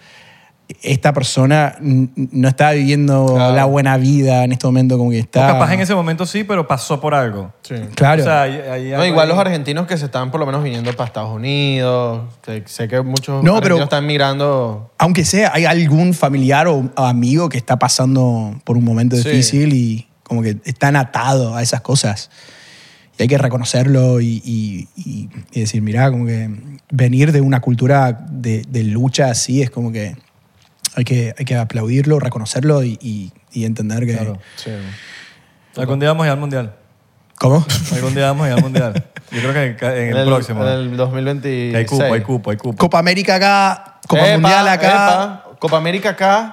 Speaker 2: esta persona n- n- no está viviendo
Speaker 3: Claro.
Speaker 2: la buena vida en este momento, como que
Speaker 1: O
Speaker 2: está...
Speaker 1: capaz en ese momento sí, pero pasó por algo.
Speaker 2: Claro.
Speaker 1: O sea, hay- hay
Speaker 3: No,
Speaker 1: algo
Speaker 3: igual
Speaker 1: ahí.
Speaker 3: los argentinos que se están por lo menos viniendo para Estados Unidos. Sé, sé que muchos
Speaker 2: No,
Speaker 3: argentinos
Speaker 2: pero-
Speaker 3: están migrando.
Speaker 2: Aunque sea, hay algún familiar o amigo que está pasando por un momento
Speaker 3: Sí.
Speaker 2: difícil y como que están atados a esas cosas. Y hay que reconocerlo y, y- y- y decir, mirá, como que venir de una cultura de, de lucha así es como que hay que, hay que aplaudirlo, reconocerlo y, y- y entender que...
Speaker 3: Sí.
Speaker 1: Algún día vamos a ir al mundial.
Speaker 2: ¿Cómo?
Speaker 1: Algún día vamos a ir al mundial. Yo creo que en, ca- en el, próximo. eh.
Speaker 3: En el 2026.
Speaker 1: hay cupo, hay cupo, hay cupo.
Speaker 2: Copa América acá, Copa
Speaker 3: Epa,
Speaker 2: Mundial acá.
Speaker 3: epa, Copa América acá.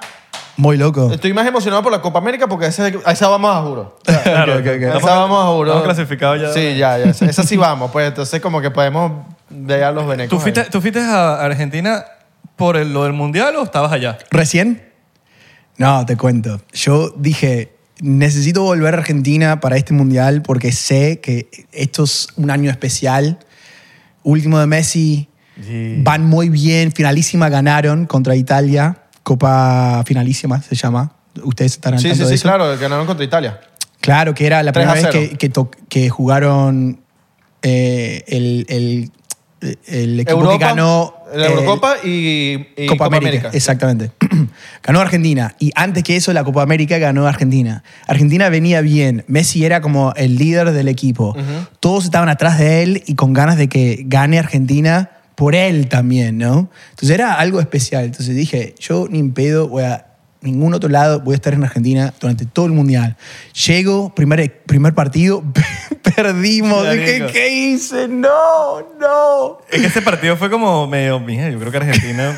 Speaker 2: Muy
Speaker 1: Oh.
Speaker 2: loco.
Speaker 3: Estoy más emocionado por la Copa América porque a esa, a esa vamos a juro.
Speaker 1: Claro, ok, ok.
Speaker 3: A
Speaker 1: Estamos-
Speaker 3: esa vamos a juro.
Speaker 1: estamos clasificados ya.
Speaker 3: Sí, ya, ya. Esa sí vamos. Pues entonces como que podemos ver a los
Speaker 1: ¿Tú
Speaker 3: venecos.
Speaker 1: fuiste, tú fuiste a Argentina por el- lo del mundial o estabas allá?
Speaker 2: ¿Recién? No, te cuento. Yo dije, necesito volver a Argentina para este mundial porque sé que esto es un año especial. Último de Messi.
Speaker 3: Sí.
Speaker 2: Van muy bien. Finalísima ganaron contra Italia. Copa finalísima se llama. Ustedes estarán al
Speaker 3: Sí,
Speaker 2: tanto
Speaker 3: sí,
Speaker 2: de
Speaker 3: sí,
Speaker 2: eso.
Speaker 3: claro. Ganaron contra Italia.
Speaker 2: Claro, que era la
Speaker 3: 3 a
Speaker 2: primera vez que,
Speaker 3: 0.
Speaker 2: que to- que jugaron eh, el, el- el equipo que ganó eh,
Speaker 3: la
Speaker 2: el-
Speaker 3: Eurocopa y, y
Speaker 2: eh, Copa, América.
Speaker 3: Exacto.
Speaker 2: Exactamente. ganó Argentina. Y antes que eso, la Copa América ganó Argentina. Argentina venía bien. Messi era como el líder del equipo. Todos estaban atrás de él y con ganas de que gane Argentina por él también, ¿no? Entonces era algo especial. Entonces dije, yo ni en pedo voy a ningún otro lado, voy a estar en Argentina durante todo el Mundial. Llego, primer, e-, primer partido, perdimos.
Speaker 1: Qué
Speaker 2: Dije,
Speaker 1: rico.
Speaker 2: ¿qué hice? No, no.
Speaker 1: Es que ese partido fue como medio, mija, yo creo que Argentina...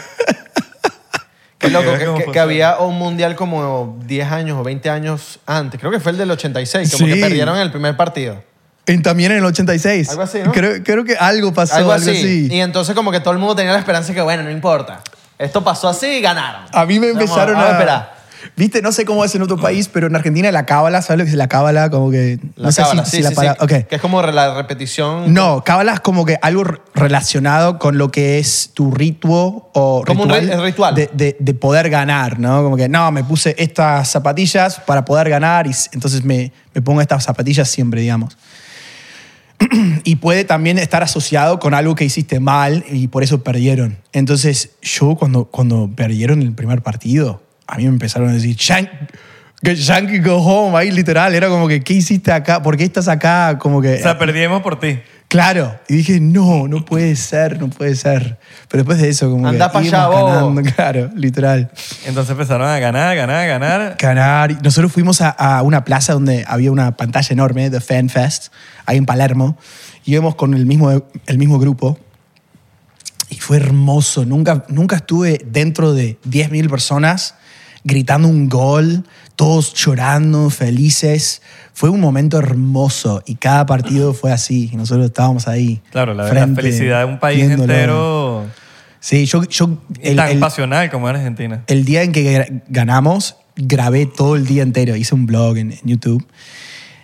Speaker 3: Qué loco, que,
Speaker 1: Cómo
Speaker 3: que- que
Speaker 1: funciona.
Speaker 3: había un mundial como 10 años o 20 años antes. Creo que fue el del 86, como
Speaker 2: Sí.
Speaker 3: que perdieron el primer partido.
Speaker 2: Y también en el 86.
Speaker 3: Algo así, ¿no?
Speaker 2: Creo, creo que algo pasó,
Speaker 3: Algo,
Speaker 2: algo,
Speaker 3: así.
Speaker 2: así.
Speaker 3: Y entonces como que todo el mundo tenía la esperanza de que, bueno, no importa. Esto pasó así y ganaron. ah,
Speaker 2: A mí me
Speaker 3: Vamos,
Speaker 2: empezaron
Speaker 3: vamos
Speaker 2: a...
Speaker 3: esperar.
Speaker 2: Viste, no sé cómo es en otro país, pero en Argentina la cábala, ¿sabes lo que es la cábala? Como que...
Speaker 3: La
Speaker 2: no sé
Speaker 3: cábala,
Speaker 2: si,
Speaker 3: sí,
Speaker 2: si la
Speaker 3: sí,
Speaker 2: palabra-
Speaker 3: sí,
Speaker 2: ok.
Speaker 3: Que es como re- la repetición.
Speaker 2: No, cábala es como que algo re- relacionado con lo que es tu rituo o
Speaker 3: Como un
Speaker 2: ritual,
Speaker 3: ri- ritual.
Speaker 2: De, de- de poder ganar, ¿no? Como que, no, me puse estas zapatillas para poder ganar y s- entonces me, me pongo estas zapatillas siempre, digamos. y puede también estar asociado con algo que hiciste mal y por eso perdieron. Entonces, yo cuando, cuando perdieron el primer partido, a mí me empezaron a decir, "Yan- que Yankee go home, ahí literal, era como que, ¿qué hiciste acá? ¿Por qué estás acá? Como que...
Speaker 1: O sea, perdimos por ti.
Speaker 2: Claro. Y dije, no, no puede ser, no puede ser. Pero después de eso, como
Speaker 3: Andá
Speaker 2: que
Speaker 3: pa' allá,
Speaker 2: íbamos
Speaker 3: bobo.
Speaker 2: ganando, claro, literal.
Speaker 1: Entonces empezaron a ganar, ganar, ganar.
Speaker 2: Ganar. Y Nosotros fuimos a, a una plaza donde había una pantalla enorme de Fan Fest, ahí en Palermo. Y íbamos con el mismo, el mismo grupo. Y fue hermoso. Nunca, nunca estuve dentro de 10.000 personas gritando un gol, todos llorando, felices. Fue un momento hermoso y cada partido fue así. Y nosotros estábamos ahí.
Speaker 1: Claro, la, la
Speaker 2: frente,
Speaker 1: felicidad de un país
Speaker 2: viéndolo.
Speaker 1: entero
Speaker 2: Sí, yo, yo el,
Speaker 1: tan
Speaker 2: el-
Speaker 1: pasional como Argentina.
Speaker 2: el día en que gra- ganamos, grabé todo el día entero. Hice un blog en, en YouTube.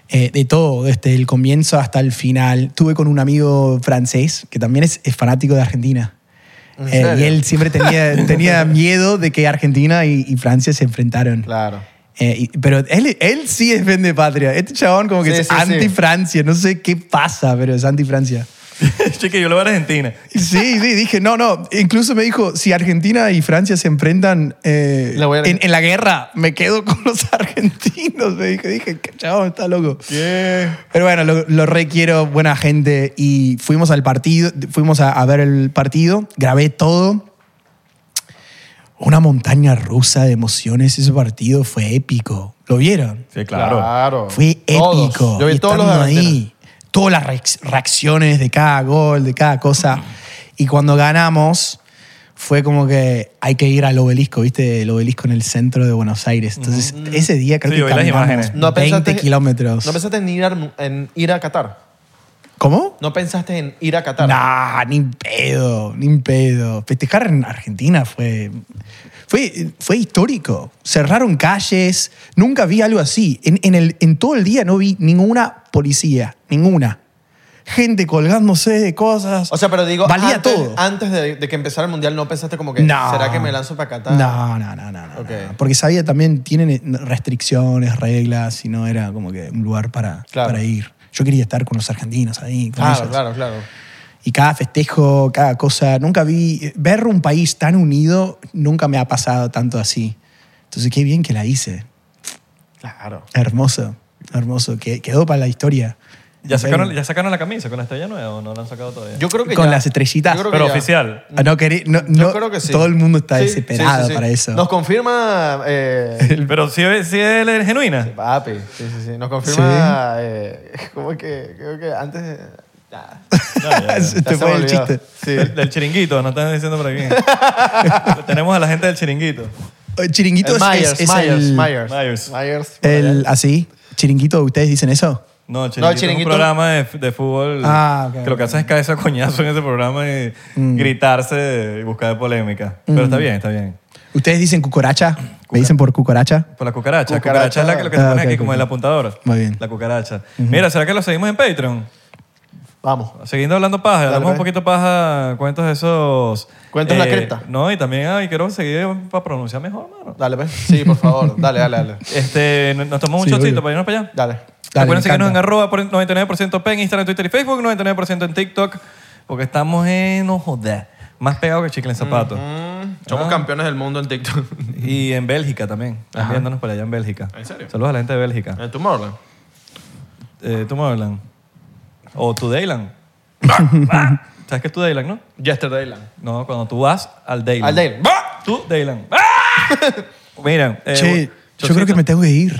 Speaker 2: eh, de todo, desde el comienzo hasta el final. Tuve con un amigo francés que también es, es fanático de Argentina.
Speaker 3: ¿En
Speaker 2: Eh, y
Speaker 3: serio?
Speaker 2: él siempre tenía, tenía miedo de que Argentina y, y Francia se enfrentaran.
Speaker 3: Claro.
Speaker 2: Eh, y- pero él, él sí es vende patria. Este chabón como que
Speaker 3: Sí,
Speaker 2: es
Speaker 3: sí, sí.
Speaker 2: anti-Francia. No sé qué pasa, pero es anti-Francia.
Speaker 1: Chique, yo lo voy a Argentina.
Speaker 2: Sí, sí, dije, no, no. Incluso me dijo, si Argentina y Francia se enfrentan eh,
Speaker 3: La voy a-
Speaker 2: en, en la guerra, me quedo con los argentinos. Me dije, dije, chabón, está loco. Pero bueno, lo, lo requiero, buena gente. Y fuimos al partido, fuimos a, a ver el partido, grabé todo. Una montaña rusa de emociones. Ese partido fue épico. ¿Lo vieron?
Speaker 1: Sí, claro.
Speaker 2: Fue
Speaker 3: Todos.
Speaker 2: épico.
Speaker 3: Yo vi
Speaker 2: Y
Speaker 3: todos los de
Speaker 2: estando
Speaker 3: Argentina.
Speaker 2: ahí, todas las reac- reacciones de cada gol, de cada cosa. Y cuando ganamos, fue como que hay que ir al obelisco, ¿viste? El obelisco en el centro de Buenos Aires. Entonces,
Speaker 3: Mm.
Speaker 2: ese día creo
Speaker 1: Sí,
Speaker 2: que
Speaker 1: yo vi las
Speaker 2: caminamos
Speaker 1: imágenes.
Speaker 3: ¿No
Speaker 2: 20
Speaker 3: pensaste-
Speaker 2: kilómetros.
Speaker 3: ¿No pensaste en ir a, en ir a Qatar?
Speaker 2: ¿Cómo?
Speaker 3: ¿No pensaste en ir a Qatar?
Speaker 2: Nah, ni en pedo, ni en pedo. Festejar en Argentina fue, fue, fue histórico. Cerraron calles, nunca vi algo así. En, en el, en todo el día no vi ninguna policía, ninguna. Gente colgándose de cosas.
Speaker 3: O sea, pero digo,
Speaker 2: valía
Speaker 3: antes,
Speaker 2: todo.
Speaker 3: antes de, de que empezara el mundial, ¿no pensaste como que
Speaker 2: No.
Speaker 3: será que me lanzo para Qatar?
Speaker 2: No, no, no, no. no,
Speaker 3: Ok.
Speaker 2: no. Porque sabía también, tienen eh, restricciones, reglas, y no era como que un lugar para,
Speaker 3: Claro.
Speaker 2: para ir. Yo quería estar con los argentinos ahí, con
Speaker 3: Claro,
Speaker 2: ellos.
Speaker 3: claro, claro.
Speaker 2: Y cada festejo, cada cosa, nunca vi, ver un país tan unido, nunca me ha pasado tanto así. Entonces, qué bien que la hice.
Speaker 3: Claro.
Speaker 2: Hermoso, hermoso. Que, quedó para la historia.
Speaker 1: ¿Ya sacaron, ¿Ya sacaron la camisa con la estrella nueva o no la han sacado todavía?
Speaker 3: Yo creo que
Speaker 2: Con
Speaker 3: ya-
Speaker 2: las estrellitas.
Speaker 3: yo creo que
Speaker 1: Pero
Speaker 3: ya.
Speaker 1: oficial.
Speaker 2: Ah, no, querí- no,
Speaker 3: Yo
Speaker 2: no,
Speaker 3: creo que sí.
Speaker 2: Todo el mundo está
Speaker 3: Sí, sí, sí,
Speaker 2: desesperado
Speaker 3: sí.
Speaker 2: para eso.
Speaker 3: Nos confirma eh,
Speaker 1: Pero si es, sí es genuina.
Speaker 3: Papi, sí, sí, sí. Nos confirma eh, como que creo que antes... de- Ah,
Speaker 1: No, ya, ya.
Speaker 2: Este
Speaker 3: ya se
Speaker 2: fue
Speaker 3: me
Speaker 2: el
Speaker 3: olvidó.
Speaker 2: chiste.
Speaker 1: Del,
Speaker 3: Sí.
Speaker 1: del chiringuito, no están diciendo por aquí. Tenemos a la gente del chiringuito.
Speaker 2: El
Speaker 3: El
Speaker 2: chiringuito es,
Speaker 3: Myers,
Speaker 2: es- es
Speaker 3: Myers,
Speaker 2: el,
Speaker 3: Myers,
Speaker 1: Myers.
Speaker 2: el- así. Chiringuito, ¿ustedes dicen eso?
Speaker 1: No, el chiringuito,
Speaker 3: No, el
Speaker 1: es
Speaker 3: Chiringuito-
Speaker 1: un programa de, de fútbol
Speaker 2: Ah, ok,
Speaker 1: que lo que
Speaker 2: ok. Mm.
Speaker 1: hacen es caerse a coñazo en ese programa y gritarse y buscar polémica. Pero está bien, está bien.
Speaker 2: ¿Ustedes dicen cucaracha? ¿Me dicen por cucaracha?
Speaker 1: Por la cucaracha.
Speaker 3: Cucaracha.
Speaker 1: Cucaracha, es la que, lo que te
Speaker 2: Ah,
Speaker 1: ponen
Speaker 2: ok,
Speaker 1: aquí
Speaker 2: ok,
Speaker 1: como
Speaker 2: ok.
Speaker 1: el apuntador.
Speaker 2: Muy bien.
Speaker 1: La cucaracha. Mira, ¿será que lo seguimos en Patreon?
Speaker 3: Vamos.
Speaker 1: Siguiendo hablando paja, hablamos
Speaker 3: pues.
Speaker 1: un poquito paja, cuentos de esos. eh,
Speaker 3: Cuentos de la cripta.
Speaker 1: No, y también, ay, quiero seguir para pronunciar mejor, mano.
Speaker 3: Dale, pues. Sí, por favor. Dale, dale, dale.
Speaker 1: Este, nos tomamos un
Speaker 2: Sí,
Speaker 1: chocito
Speaker 2: obvio.
Speaker 1: para irnos para allá.
Speaker 3: Dale.
Speaker 2: Dale, me
Speaker 1: Recuerden seguirnos en
Speaker 2: encanta.
Speaker 1: arroba por 99% P en Instagram, Twitter y Facebook, 99% en TikTok, porque estamos en, no joder, más pegado que chicle en zapato. Ah.
Speaker 3: Somos campeones del mundo en TikTok.
Speaker 1: Y en Bélgica también, están viéndonos para allá en Bélgica.
Speaker 3: ¿En serio? Ah.
Speaker 1: Saludos a la gente de Bélgica.
Speaker 3: ¿En Tomorrowland?
Speaker 1: Eh, Tomorrowland. O Tudayland. ¿Sabes qué es Tudayland, no?
Speaker 3: Yesterdayland.
Speaker 1: No, cuando tú vas al Dayland.
Speaker 3: Al Dayland.
Speaker 1: Tudayland. Mira, eh,
Speaker 2: Che, ¡Ah! yo creo que
Speaker 1: Chocito,
Speaker 2: me tengo que ir.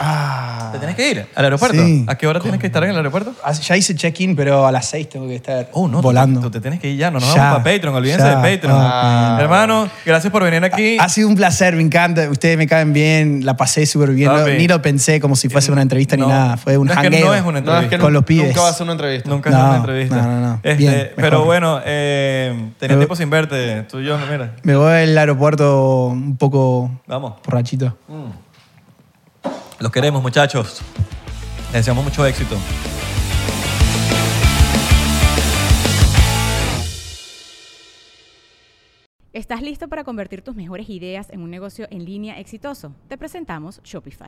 Speaker 1: ¿Te tienes que ir al aeropuerto?
Speaker 2: Sí.
Speaker 1: ¿A qué hora tienes que estar en el aeropuerto?
Speaker 2: Ah, Ya hice check-in, pero a las 6 tengo que estar
Speaker 1: Oh, no, tú-
Speaker 2: volando.
Speaker 1: Tú, te tienes que ir ya, no nos
Speaker 2: Ya,
Speaker 1: vamos para Patreon, olvídense
Speaker 2: ya.
Speaker 1: de Patreon.
Speaker 2: Ah,
Speaker 1: Ah. Hermano, gracias por venir aquí.
Speaker 2: Ha sido un placer, me encanta. Ustedes me caen bien, la pasé súper bien. No-
Speaker 1: Papi. Eh,
Speaker 2: ni lo pensé como si fuese una entrevista
Speaker 1: No,
Speaker 2: ni nada. Fue un
Speaker 1: no, es que
Speaker 2: hangueo.
Speaker 1: no es una
Speaker 3: No, es que
Speaker 1: Entrevista.
Speaker 2: Con
Speaker 3: nu-
Speaker 2: los pibes.
Speaker 3: nunca va a ser una entrevista.
Speaker 1: Nunca es una
Speaker 2: No,
Speaker 1: entrevista.
Speaker 2: no, no, no.
Speaker 1: Este,
Speaker 2: Bien, mejor.
Speaker 1: pero bueno, eh, tenía
Speaker 2: Me-
Speaker 1: tiempo sin verte, tú y yo, mira.
Speaker 2: Me voy al aeropuerto un poco
Speaker 1: Vamos.
Speaker 2: borrachito.
Speaker 1: Los queremos, muchachos. Les deseamos mucho éxito.
Speaker 4: ¿Estás listo para convertir tus mejores ideas en un negocio en línea exitoso? Te presentamos Shopify.